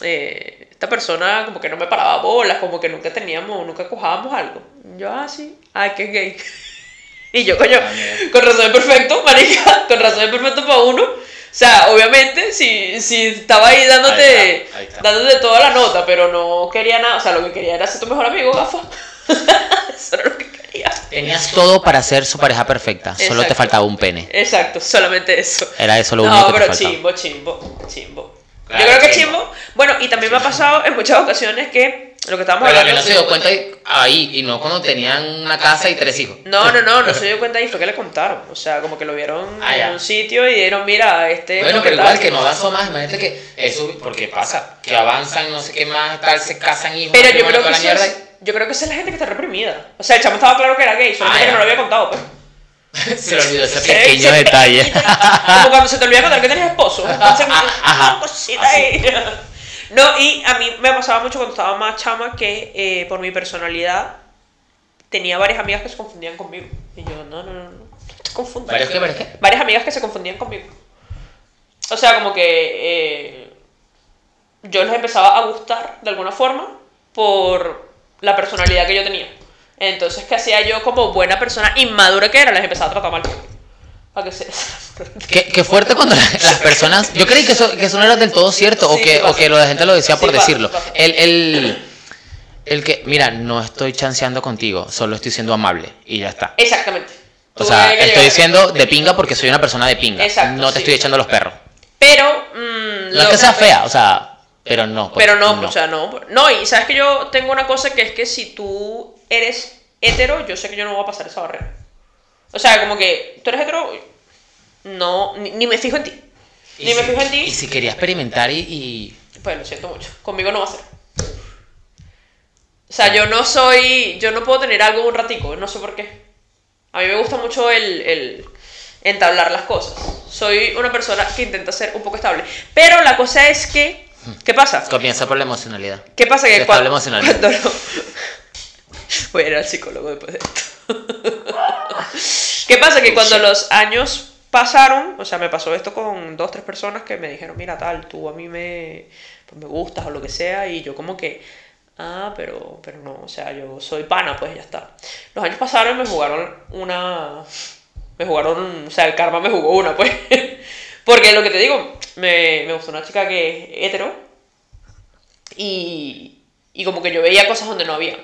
eh, esta persona como que no me paraba bolas, como que nunca teníamos, nunca cojábamos algo? Y Yo, ah, sí, ay, que gay. Y yo, coño, Ah, mira. con razón de perfecto, marica, con razón de perfecto para uno. O sea, obviamente, si, si estaba ahí dándote, Ahí está, ahí está. dándote toda la nota, pero no quería nada, o sea, lo que quería era ser tu mejor amigo, gafa. Eso era lo que quería. Tenías todo para ser su pareja perfecta. Solo te Exacto. faltaba un pene. Exacto, solamente eso. Era eso lo único No, que pero te faltaba. chimbo, chimbo, chimbo. Claro, Yo creo que chimbo. chimbo. Bueno, y también me ha pasado en muchas ocasiones que lo que estábamos Pero la que hablando. no se dio pues, cuenta ahí y no cuando tenían una casa y tres hijos. No, no, no, no se dio cuenta y fue que le contaron. O sea, como que lo vieron Ah, ya. en un sitio y dijeron, mira, este. es Bueno, lo pero tal. igual que no avanzó más, imagínate que eso, porque pasa, que avanzan, no sé qué más, tal, se casan hijos, Pero yo matrimonio, creo que toda la eso es- mierda, yo creo que esa es la gente que está reprimida. O sea, el chamo estaba claro que era gay, solamente Ah, ya. que no lo había contado, pues. y Se le olvidó ese Sí, pequeño sí. detalle. Eh, Como cuando se te olvida contar que tenías esposo. Entonces, Ajá. una cosita ahí. No, y a mí me pasaba mucho cuando estaba más chama que eh, por mi personalidad tenía varias amigas que se confundían conmigo. Y yo, no, no, no, no, no te confundas. ¿Varios qué, varios qué? Varias amigas que se confundían conmigo. O sea, como que eh, yo les empezaba a gustar de alguna forma por la personalidad que yo tenía. Entonces, ¿qué hacía yo como buena persona inmadura que era? Les empezaba a tratar mal. Para que se... Qué, qué fuerte cuando la- las personas. Yo creí que eso, que eso no era del todo cierto o, Sí, que, sí pasa. o que lo- la gente lo decía Sí por pasa, decirlo. pasa. El, el, el que, mira, no estoy chanceando contigo, solo estoy siendo amable y ya está. Exactamente. O Tuve sea, que estoy llegar. diciendo de pinga porque soy una persona de pinga. Exacto, no te sí. estoy echando los perros. Pero. mm, No es lo- que sea fea, o sea, pero no. pues, Pero no, o sea, no. No, y sabes que yo tengo una cosa que es que si tú eres hetero, yo sé que yo no voy a pasar esa barrera. O sea, como que tú eres hetero, no, ni, ni me fijo en ti. Y Ni me si- fijo en Y ti. si quería experimentar y. y- Pues lo siento mucho. Conmigo no va a ser. O sea, yo no soy. Yo no puedo tener algo un ratico, no sé por qué. A mí me gusta mucho el, el entablar las cosas. Soy una persona que intenta ser un poco estable. Pero la cosa es que. ¿Qué pasa? Comienza por la emocionalidad. ¿Qué pasa? Que Estable cuando, emocional. cuando no- Voy a ir al psicólogo después de esto. ¿Qué pasa? Que cuando los años pasaron, o sea, me pasó esto con dos, tres personas que me dijeron, mira, tal, tú a mí me, pues, me gustas o lo que sea, y yo como que, ah, pero, pero no, o sea, yo soy pana, pues ya está. Los años pasaron y me jugaron una... Me jugaron, o sea, el karma me jugó una, pues. Porque lo que te digo, me, me gustó una chica que es hetero, y, y como que yo veía cosas donde no había.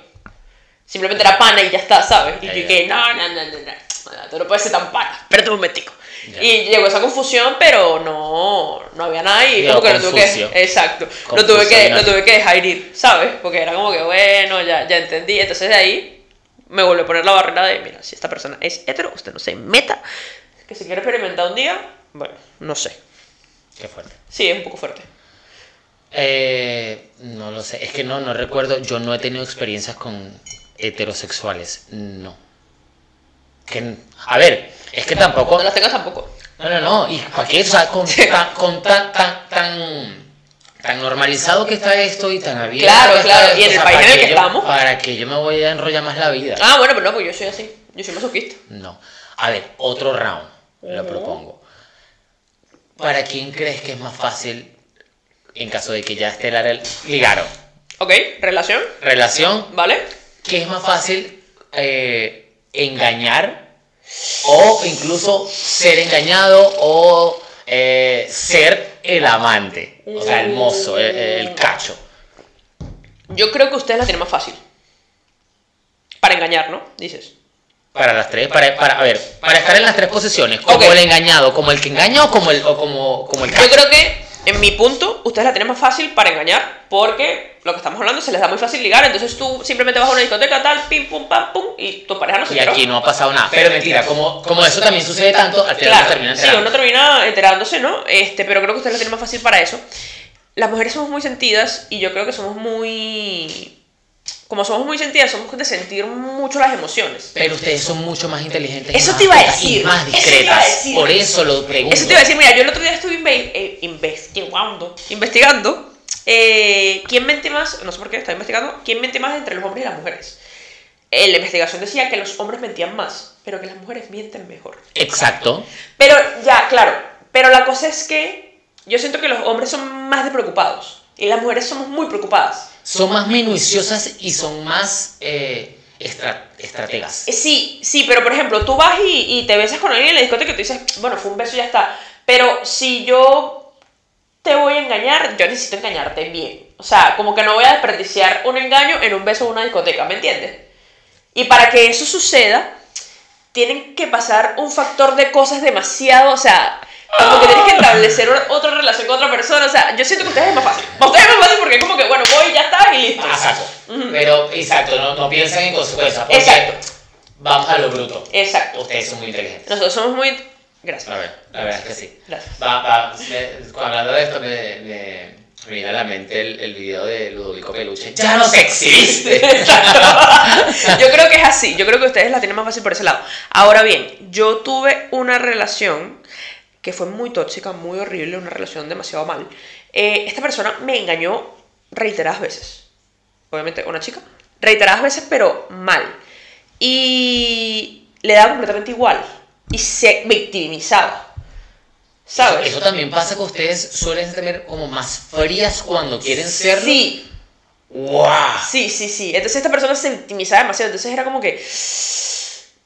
Simplemente era pana y ya está, ¿sabes? Y Ya, yo ya. que, no, no, no, no, no, tú no puedes ser tan pana, espérate un momentico. Ya. Y llegó esa confusión, pero no, no había nada y Llegó como que lo tuve Confucio. que, exacto, lo Confucio tuve que, binario. lo tuve que dejar ir, ¿sabes? Porque era como que, bueno, ya, ya entendí, entonces de ahí me volvió a poner la barrera de, mira, si esta persona es hetero, usted no se meta, que si quiere experimentar un día, bueno, no sé, Qué fuerte. sí, es un poco fuerte. Eh, No lo sé, es que no, no recuerdo, yo no he tenido experiencias con heterosexuales, no. Que, a ver, es que tampoco... No las tengas tampoco. No, no, no, y para qué, o sea, con, tan, con tan, tan, tan, tan normalizado que está esto y tan abierto. Claro, que está claro, esto, y en el país ¿para en el qué que yo- estamos? Para que yo me voy a enrollar más la vida. Ah, bueno, pero no, pues yo soy así. Yo soy masoquista. No. A ver, otro round lo Ujú. propongo. ¿Para quién crees que es más fácil en caso de que ya esté la rel- ligaron? Ok, relación, Relación, ¿vale? ¿qué es más fácil eh, engañar o incluso ser engañado o eh, ser el amante? O sea, el mozo, el, el cacho. Yo creo que ustedes la tienen más fácil. Para engañar, ¿no? Dices. Para las tres, para, para- a ver, para estar en las tres posiciones, como Ok. el engañado, como el que engaña o como el, o como, como el Yo cacho. creo que, en mi punto, ustedes la tienen más fácil para engañar, porque lo que estamos hablando se les da muy fácil ligar, entonces tú simplemente vas a una discoteca, tal, pim, pum, pam, pum, y tu pareja no se Y enteró. aquí no ha pasado nada. Pero mentira, como, como eso también sucede tanto, al final uno Claro, termina sí, uno enterando. termina enterándose, ¿no? Este, pero creo que ustedes la tienen más fácil para eso. Las mujeres somos muy sentidas y yo creo que somos muy... Como somos muy sentidas, somos de sentir mucho las emociones. Pero ustedes son mucho más inteligentes y Eso más te iba a astutas y decir, más eso te iba a discretas. decir. Por eso lo pregunto. Eso te iba a decir, mira, yo el otro día estuve inve- eh, investigando, investigando eh, quién mente más, no sé por qué, estaba investigando, quién mente más entre los hombres y las mujeres. En la investigación decía que los hombres mentían más, pero que las mujeres mienten mejor. Exacto. Pero ya, claro, pero la cosa es que yo siento que los hombres son más despreocupados y las mujeres somos muy preocupadas. Son más minuciosas y son más eh, estra- estrategas. Eh, Sí, sí, pero por ejemplo, tú vas y, y te besas con alguien en la discoteca y tú dices, bueno, fue un beso y ya está. Pero si yo te voy a engañar, yo necesito engañarte bien. O sea, como que no voy a desperdiciar un engaño en un beso en una discoteca, ¿me entiendes? Y para que eso suceda, tienen que pasar un factor de cosas demasiado, o sea, como que tienes que establecer una- otra relación con otra persona. O sea, yo siento que ustedes es más fácil. Para ustedes es más fácil porque es como que, bueno, voy, ya está y listo. Ah, Exacto. Ujú. Pero, exacto, no, no piensan en consecuencias. Porque Exacto. Vamos a lo bruto. Exacto. Ustedes son muy inteligentes. Nosotros somos muy... Gracias. A ver, la verdad es que sí. Gracias. Va, va, me- cuando hablando de esto me, me, me viene a la mente el, el video de Ludovico Peluche. ¡Ya nos exhibiste! Exacto. Yo creo que es así. Yo creo que ustedes la tienen más fácil por ese lado. Ahora bien, yo tuve una relación que fue muy tóxica, muy horrible, una relación demasiado mal. Eh, esta persona me engañó reiteradas veces. Obviamente, una chica. Reiteradas veces, pero mal. Y le daba completamente igual. Y se victimizaba. ¿Sabes? Eso también pasa que ustedes suelen ser como más frías cuando quieren serlo. Sí, ¡Guau! Sí, sí, sí. Entonces esta persona se victimizaba demasiado. Entonces era como que.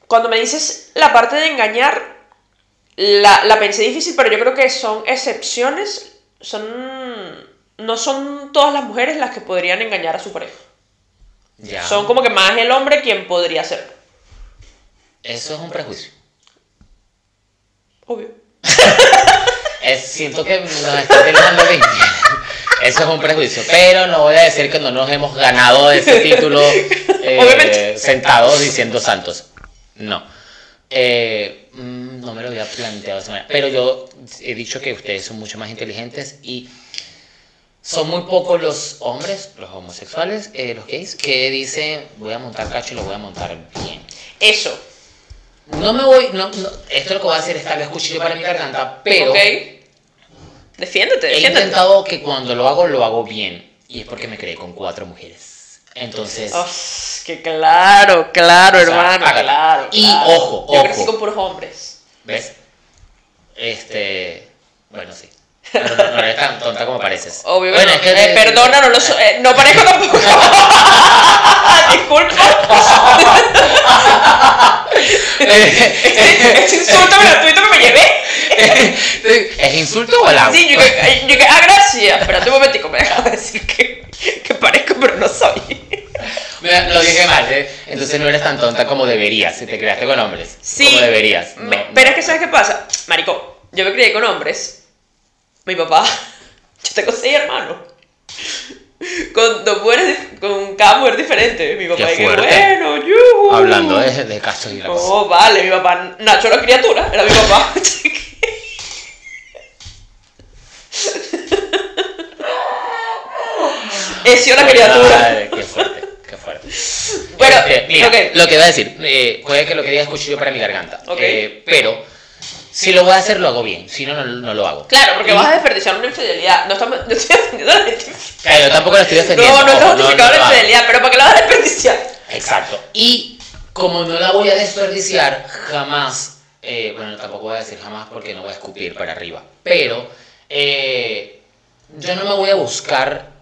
Cuando me dices la parte de engañar, la, la pensé difícil, pero yo creo que son excepciones. Son. No son todas las mujeres las que podrían engañar a su pareja. Ya. Son como que más el hombre quien podría hacerlo. Eso es un prejuicio. Obvio. Es- siento que nos está terminando de Eso es un prejuicio. Pero no voy a decir que no nos hemos ganado ese título eh, Obviamente. sentados diciendo santos. No. Eh, mm, no me lo había planteado de esa manera. Pero yo he dicho que ustedes son mucho más inteligentes y son muy pocos los hombres, los homosexuales, eh, los gays, que dicen voy a montar cacho y lo voy a montar bien. Eso. No me voy, no, no, esto lo que voy a hacer es tal vez cuchillo para mi garganta, pero ¿Ok? Defiéndete, he defiéndete. intentado que cuando lo hago, lo hago bien. Y es porque me creé con cuatro mujeres. Entonces, Oh, que claro, claro, O sea, hermano. hágalo. claro, Y claro. ojo, Yo ojo. crecí con puros hombres. ¿ves? Este. Bueno, sí. Pero no, no eres tan tonta como pareces. Obvio que Bueno, no. es que- Eh, perdona, no lo so- eh, no parezco tampoco. Disculpa. este insulto gratuito que me llevé. ¿Es insulto o halago? Sí, yo que, eh, yo que- ah, gracias. Espérate un momentico, me dejas decir que, que parezco, pero no soy. Me- Lo dije mal, ¿eh? Entonces no eres tan tonta como deberías si te creaste con hombres. Sí. Como deberías. No, me- no. pero es que, ¿sabes qué pasa? Marico, yo me crié con hombres. Mi papá, yo tengo seis hermanos. Con dos mujeres, con cada mujer diferente. Mi papá, Qué y que, fuerte. bueno, yuhu. Hablando de, de casos y la cosa. Oh, vale, mi papá. Nacho era criatura, era mi papá. He sido la criatura. Madre, qué fuerte, qué fuerte. Bueno, Este, mira, ok. lo que voy a decir, eh, puede que lo que diga es cuchillo para mi garganta. Ok. eh, pero si lo voy a hacer, lo hago bien. Si no, no, no lo hago. Claro, porque vas a desperdiciar una infidelidad. No, estamos, no estoy defendiendo la infidelidad. Claro, tampoco lo estoy defendiendo. No, no está ojo, justificado no lo la hago. infidelidad, pero ¿para qué la vas a desperdiciar? Exacto. Y como no la voy a desperdiciar, jamás, eh, bueno, tampoco voy a decir jamás porque no voy a escupir para arriba, pero eh, yo no me voy a buscar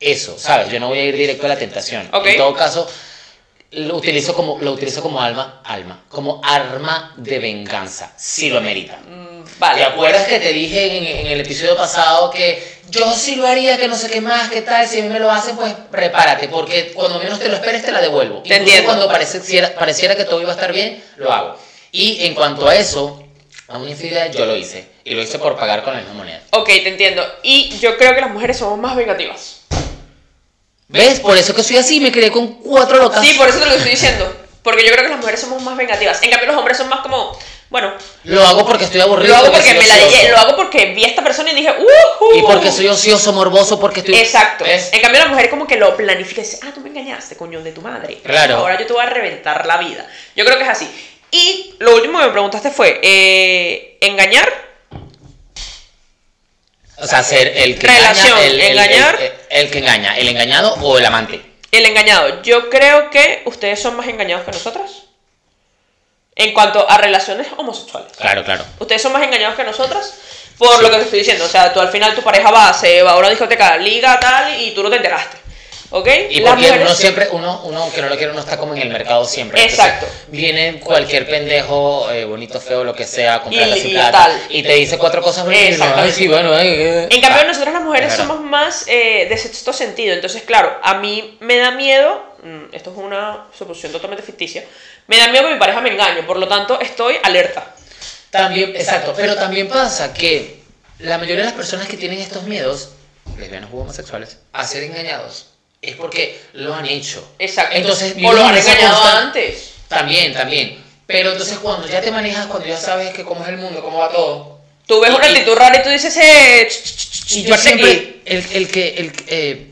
eso, ¿sabes? Yo no voy a ir directo a la tentación. Ok. En todo caso, lo utilizo como, lo utilizo como alma, alma, como arma de venganza, si lo amerita. Mm, ¿Te Vale. acuerdas que te dije en, en el episodio pasado que yo sí lo haría, que no sé qué más, qué tal? Si a mí me lo hacen, pues prepárate, porque cuando menos te lo esperes, te la devuelvo. Incluso entiendo. cuando pareciera, pareciera que todo iba a estar bien, lo hago. Y en cuanto a eso, a una infidelidad, yo lo hice. Y lo hice por pagar con la misma moneda. Ok, te entiendo. Y yo creo que las mujeres somos más vengativas. ¿Ves? Por eso que soy así, me quedé con cuatro locas. Sí, por eso te lo estoy diciendo. Porque yo creo que las mujeres somos más vengativas. En cambio, los hombres son más como, bueno, Lo hago porque estoy aburrido. lo hago porque soy me la ocioso. lo hago porque vi a esta persona y dije, ¡uh! Y porque soy ocioso, morboso, porque estoy... Exacto. ¿Ves? En cambio, la mujer como que lo planifica y dice, ah, tú me engañaste, coño, de tu madre. Claro. Ahora yo te voy a reventar la vida. Yo creo que es así. Y lo último que me preguntaste fue, eh, ¿engañar? O sea, ser el que Relación, engaña, el, el- engañar. el- el que engaña, el engañado o el amante. El engañado. Yo creo que ustedes son más engañados que nosotras. En cuanto a relaciones homosexuales. Claro, claro. Ustedes son más engañados que nosotras por lo que te estoy diciendo. O sea, tú al final tu pareja va, se va a una discoteca, liga, tal, y tú no te enteraste. ¿Ok? Y Las porque uno mujeres- siempre, uno, uno que no lo quiere, uno está como en el mercado siempre. Exacto. viene cualquier pendejo, eh, bonito, feo, lo que sea, a comprar Y- la y ciudad tal. y te dice cuatro cosas bonitas. Exacto. Ay, sí, bueno, ay, eh. En cambio, Ah, nosotras las mujeres es verdad. somos más eh, de sexto sentido. Entonces, claro, a mí me da miedo, mm, esto es una suposición totalmente ficticia, me da miedo que mi pareja me engañe. Por lo tanto, estoy alerta. También, exacto. Pero también pasa que la mayoría de las personas que tienen estos miedos, lesbianas u homosexuales, a ser engañados, es porque lo han hecho. Exacto. Entonces, o vivimos lo han esa engañado constante- antes. También, también. Pero entonces cuando ya te manejas, cuando ya sabes que cómo es el mundo, cómo va todo. Tú ves Y- una y- actitud rara y tú dices, eh, ch, ch, ch, ch, Y yo yo sé que- siempre, el, el que, el, eh,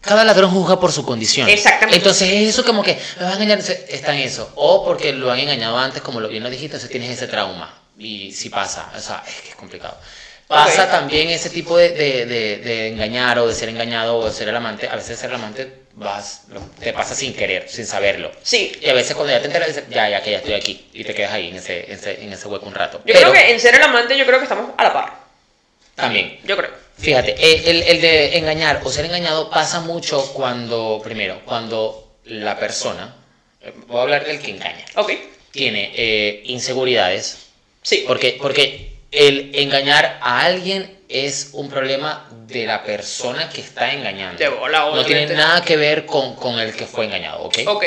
cada ladrón juzga por su condición. Exactamente. Entonces es eso como que, me vas a engañar, entonces, está en eso. O porque lo han engañado antes, como lo bien lo dijiste, entonces tienes ese trauma. Y si pasa, o sea, es que es complicado. Pasa Ok. también ese tipo de, de- de- de engañar o de ser engañado o de ser el amante. A veces ser el amante vas, lo- te pasa sin querer, sin saberlo. Sí. Y a veces cuando ya te enteras, dices, ya, ya, que ya estoy aquí. Y te quedas ahí en ese, en ese, en ese hueco un rato. Yo Pero creo que en ser el amante, yo creo que estamos a la par. también, Yo creo. Fíjate, eh, el, el de engañar o ser engañado pasa mucho cuando, primero, cuando la persona, eh, voy a hablar del que engaña, Ok. tiene eh, inseguridades, Sí. porque, porque el engañar a alguien es un problema de la persona que está engañando. De bola, no obviamente. tiene nada que ver con, con el que fue engañado, ¿ok? Ok.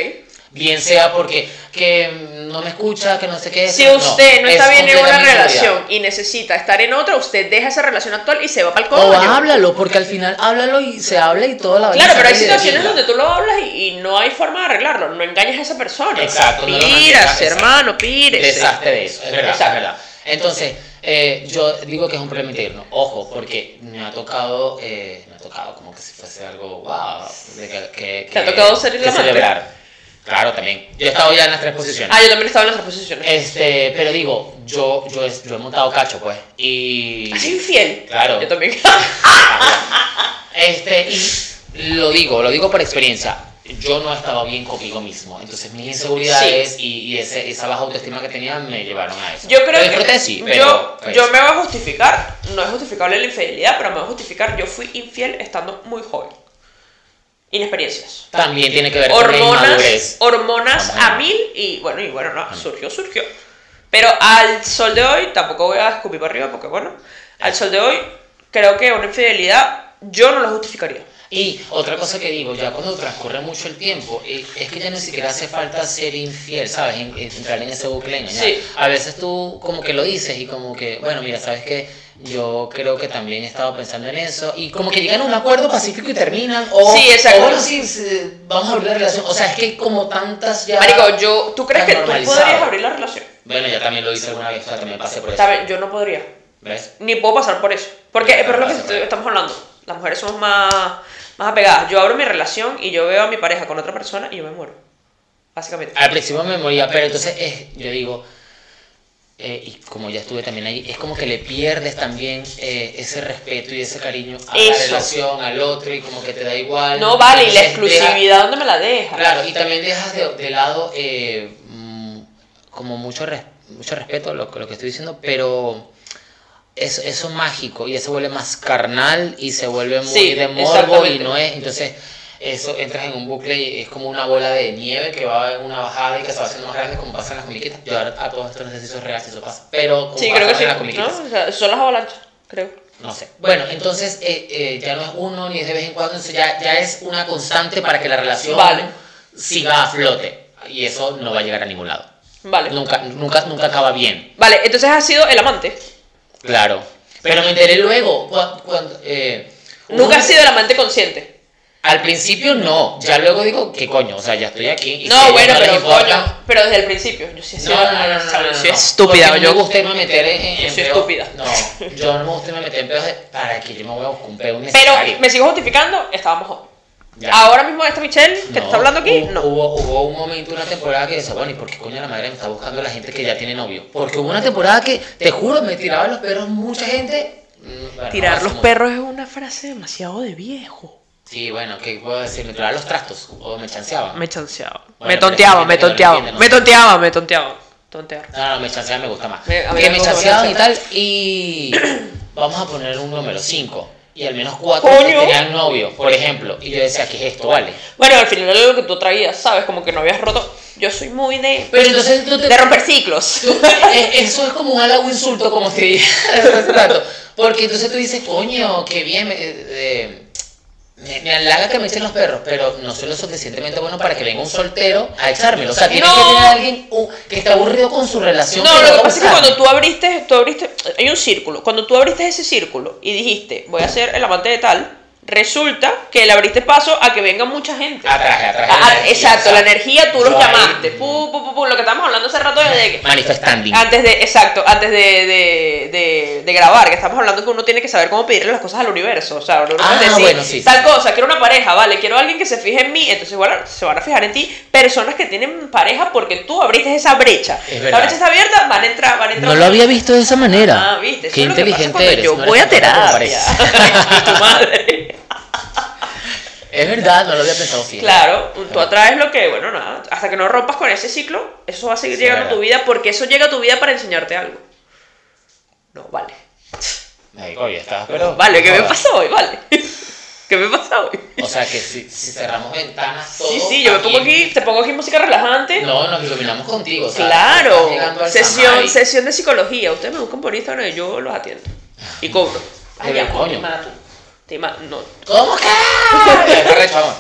Bien sea porque que no me escucha, que no sé qué. Si no, usted no, es está bien en una completamente relación y necesita estar en otra, usted deja esa relación actual y se va para el coño. O háblalo, porque al final háblalo y se habla y toda la vaina Claro, se pero hay ríe de situaciones pinga. donde tú lo hablas y, y no hay forma de arreglarlo. No engañas a esa persona. Exacto, no lo Pírase, mantengas, hermano, pírese. Deshazte de eso, es verdad, Exacto. es verdad. Entonces, eh, yo digo que es un problema interno. Ojo, porque me ha tocado, eh, me ha tocado como que si fuese algo, wow, de que, que- ¿Te ha que- tocado ser el que amante? celebrar. Claro, también. Yo he estado ya en las tres posiciones. Ah, yo también estaba en las tres posiciones. Este, pero digo, yo, yo, he, yo he montado cacho, pues, y... ¿Has sido infiel? Claro. Yo también. Este, y lo digo, lo digo por experiencia. Yo no estaba bien conmigo mismo. Entonces mis inseguridades y, y ese- esa baja autoestima que tenía me llevaron a eso. Yo creo Lo que. disfruté, sí, pero pues. yo, fue yo eso. me voy a justificar. No es justificable la infidelidad, pero me voy a justificar. Yo fui infiel estando muy joven. Inexperiencias. También tiene que ver con la hormonas, inmadurez. hormonas Vamos a a ver. mil y bueno, y bueno, no, surgió, surgió. Pero al sol de hoy, tampoco voy a escupir para arriba porque bueno, al sol de hoy creo que una infidelidad yo no la justificaría. Y otra cosa que digo, ya cuando transcurre mucho el tiempo, eh, es que ya ni siquiera hace falta ser infiel, ¿sabes? En- en- entrar en ese bucle engañar. Sí. A veces tú como que lo dices y como que, bueno, mira, ¿sabes qué? Yo creo que también he estado pensando en eso. Y como que llegan a un acuerdo pacífico y terminan. O, Sí, exacto. o bueno, sí, sí, vamos a abrir la relación. O sea, es que hay como tantas ya... Marico, yo, ¿tú crees Está que tú normalizado. podrías abrir la relación? Bueno, ya también lo hice alguna vez, o sea, también pasé por eso. ¿Sabes? Yo no podría. ¿Ves? Ni puedo pasar por eso. Porque, Ya, pero es lo que pasa por est- ahí. estamos hablando. Las mujeres somos más, más apegadas. Yo abro mi relación y yo veo a mi pareja con otra persona y yo me muero. Básicamente. Al principio me moría, pero entonces es, yo digo, eh, y como ya estuve también ahí, es como que le pierdes también eh, ese respeto y ese cariño a la Eso. relación, al otro, y como que te da igual. No vale, y la Entonces deja- exclusividad, ¿dónde me la deja? Claro, y también dejas de, de lado eh, mm, como mucho, res- mucho respeto a lo, que- lo que estoy diciendo, pero es- eso es mágico y ya se vuelve más carnal y se vuelve muy Sí, de morbo y exactamente. no es. Entonces, eso entras en un bucle y es como una bola de nieve que va en una bajada y que se va haciendo más grande como pasa en las comiquitas. Yo ahora a todos estos ejercicios reales eso pasa, pero como Sí, pasa creo que en sí. las comiquitas. ¿no? O sea, son las avalanchas, creo. No sé. Bueno, entonces eh, eh, ya no es uno ni es de vez en cuando, entonces ya, ya es una constante para que la relación Vale. siga a flote. Y eso no va a llegar a ningún lado. Vale. Nunca, nunca, nunca acaba bien. Vale, entonces has sido el amante. Claro. Pero me enteré luego. cua- cuando, eh, Nunca uno- has sido el amante consciente. Al principio no. Ya luego digo, ¿qué coño? O sea, ya estoy aquí. y si a No, ellos bueno, no les pero importa- coño, pero desde el principio. Yo sí he No, sido no, no, no, no, no, yo no, soy no. estúpida. Porque yo- no me gusta irme a meter en, en Yo soy peos. estúpida. No, yo no me gusta irme a meter en peos de- para que yo me voy a buscar un peo innecesario. Pero me Ah, sigo justificando, estábamos jóvenes. Ya. Ahora mismo esta Michelle que te No, Uh, está hablando aquí, hubo, no. Hubo, hubo un momento, una temporada que decía, bueno, ¿y por qué coño la madre me está buscando la gente que ya tiene novio? Porque hubo una temporada que, te juro, me tiraban los perros mucha gente. Mm, bueno, ahora sí, no. perros es una frase demasiado de viejo. Sí, bueno, ¿qué puedo decir? Me tiraban los trastos o me chanceaban. chanceaba. Bueno, pero es que no entiende, no sé. tonteaba, me tonteaba. Tontear. No, no, me chanceaban me gusta más. Me- a mí que me me gusta chanceaban y bastante. tal. Y vamos a poner un número 5. Y al menos cuatro que Coño. tenían novio, por ejemplo. Y yo decía, ¿qué es esto? Vale. Bueno, al final era lo que tú traías, ¿sabes? Como que no habías roto. Yo soy muy de. Pero entonces tú te de romper ciclos. Tú- eh, Eso es como un halago insulto, como te dije hace rato. Porque entonces tú dices, coño, qué bien, me, eh, me- me halaga que me echen los perros, pero no soy lo suficientemente bueno para que venga un soltero a echármelo. O sea, tiene que No. tener a alguien uh, que está aburrido con su relación. No, lo va que a pasa es que buscar. cuando tú abriste, tú abriste, hay un círculo. Cuando tú abriste ese círculo y dijiste, voy a ser el amante de tal, resulta que le abriste paso a que venga mucha gente. Atrás, atrás. Ah, energía, exacto, o sea, la energía tú los yo ahí, llamaste. Pu, Ah, pu, pu, pu, lo que estábamos hablando hace rato desde que. Manifestanding. Antes de, exacto, antes de, de, de, de grabar, que estamos hablando que uno tiene que saber cómo pedirle las cosas al universo. O sea, uno no Ah, puede decir, bueno, sí, tal cosa, quiero una pareja, vale, quiero alguien que se fije en mí. Entonces, bueno, se van a fijar en ti personas que tienen pareja porque tú abriste esa brecha. Es la verdad. brecha está abierta, van a entrar, van a entrar. No lo había visto de esa manera. Ah, viste, eso Qué es lo que pasa inteligente cuando eres. Yo no voy a eres tampoco como terapia. pareces. tu madre. Es verdad, no lo había pensado así. Claro, tú atraes lo que, bueno, nada, hasta que no rompas con ese ciclo, eso va a seguir Sí, llegando a verdad. tu vida porque eso llega a tu vida para enseñarte algo. No, vale. Ay, coño, estás, pero- Vale, ¿qué me Joder. pasa hoy? Vale. ¿Qué me pasa hoy? O sea que si, si cerramos ventanas todo. Sí, sí, yo me pongo aquí, te pongo aquí música relajante. No, nos iluminamos contigo. o sea, estás claro. llegando al Samai. Sesión, sesión de psicología. Ustedes me buscan por Instagram y yo los atiendo. Ah, Y cobro. Ay, ya, coño. te mato. Te ma- No, ¿Cómo que? Qué arrecho, vamos.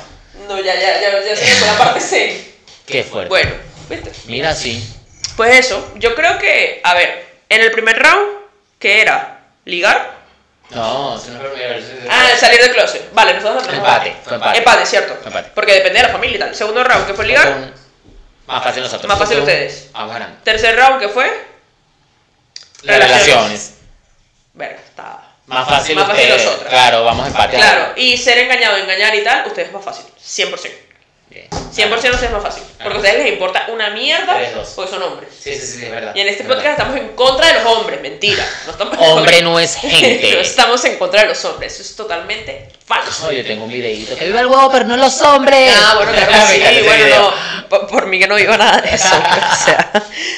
no, ya, ya, ya, ya se me fue la parte C. Qué fuerte. Bueno, viste. Mira, sí. Pues eso, yo creo que, a ver, en el primer round, que era? ¿Ligar? No, si no pero mira, si- si- Ah, salir del closet. Vale, nosotros no. Empate, fue empate. Empate, cierto. Empate. Porque depende de la familia y tal. Segundo round, que fue ligar. Con- Más fácil nosotros. Ah, Más fácil Nosotros ustedes. Vamos ganando. Tercer round, que fue? Las Relaciones. relaciones. Verga, estaba. Más fácil Más fácil ustedes. nosotras. Claro, vamos a empatear. Claro, y ser engañado, engañar y tal, ustedes es más fácil. 100%. 100% a ustedes es más fácil. Porque a ustedes les importa una mierda Tres, dos. porque son hombres. Sí, sí, sí, es verdad. Y en este es verdad. podcast estamos en contra de los hombres, mentira. No estamos en Hombre no es gente. no estamos en contra de los hombres, eso es totalmente falso. No, yo tengo un videíto. Que viva el huevo, pero no los hombres. Ah, bueno, claro Me que sí, encanta ese bueno, video. no, por, por mí que no digo nada de eso, o sea,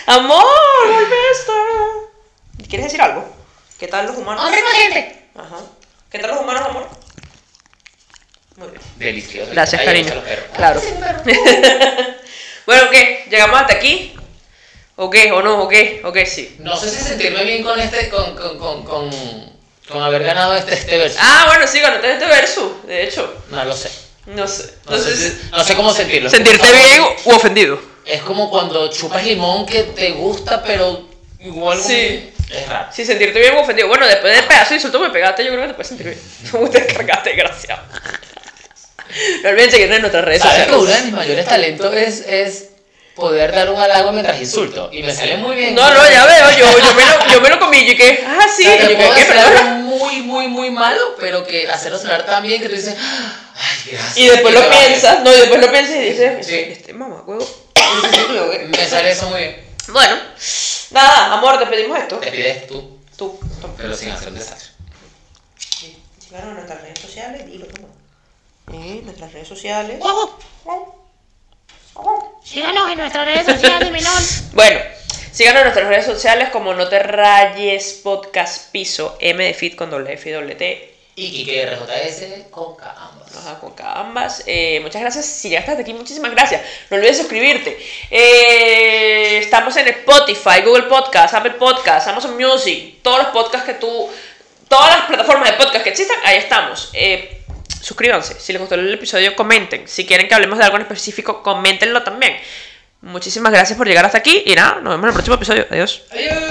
amor, vuelve esto. ¿Quieres decir algo? ¿Qué tal los humanos? Hombre no es gente. Ajá. ¿Qué tal los humanos, amor? Muy bien. Delicioso. Gracias, Ay, cariño. beso a los perros. Claro. Bueno, ¿qué? ¿Llegamos hasta aquí? ¿O qué? ¿O no? ¿O qué? ¿O qué? Sí. No sé si sentirme bien con este, con, con, con, con, con haber ganado este, este verso. Ah, bueno, sí, cuando tenés este verso, de hecho, No lo sé. no sé. No, sé, Entonces, si- no sé cómo sentirlo. sentirte bien u ofendido. Es como cuando chupas limón que te gusta, pero igual. como- Sí. Es raro. Sí, sentirte bien u ofendido. Bueno, después del pedazo de insulto me pegaste, yo creo que te puedes sentir bien. Tú te descargaste, desgraciado. No olviden seguirnos en nuestras redes ¿Sabes que uno sociales. de mis mayores talentos es, es poder dar un halago mientras insulto. Y me sale muy bien. No, no, ya veo, yo, yo, me, lo, yo me lo comí, yo que, ah, sí, O sea, que yo puedo que, hacer perdón. algo muy, muy, muy malo, pero que hacerlo sonar tan bien que tú dices, "Ah, ay, gracias. Y después te lo bajas. piensas, no, y después lo piensas y dices, Sí. este mamá, huevo. Me sale eso muy bien. Bueno, nada, amor, despedimos esto. Te pides tú, Tú, toma. pero sin hacer un desastre. Llegaron a nuestras redes sociales y lo toman. En nuestras redes sociales. Síganos en nuestras redes sociales, menor. Bueno, síganos en nuestras redes sociales como No Te Rayes Podcast Piso, M de Fit con doble F y doble T. Y que RJS con K ambas. Ajá, con cada ambas. Eh, muchas gracias. Si llegaste hasta aquí, muchísimas gracias. No olvides suscribirte. Eh, estamos en Spotify, Google Podcast, Apple Podcast, Amazon Music, todos los podcasts que tú. Todas las plataformas de podcast que existan, ahí estamos. Eh, suscríbanse. Si les gustó el episodio, comenten. Si quieren que hablemos de algo en específico, coméntenlo también. Muchísimas gracias por llegar hasta aquí y nada, nos vemos en el próximo episodio. Adiós. Adiós.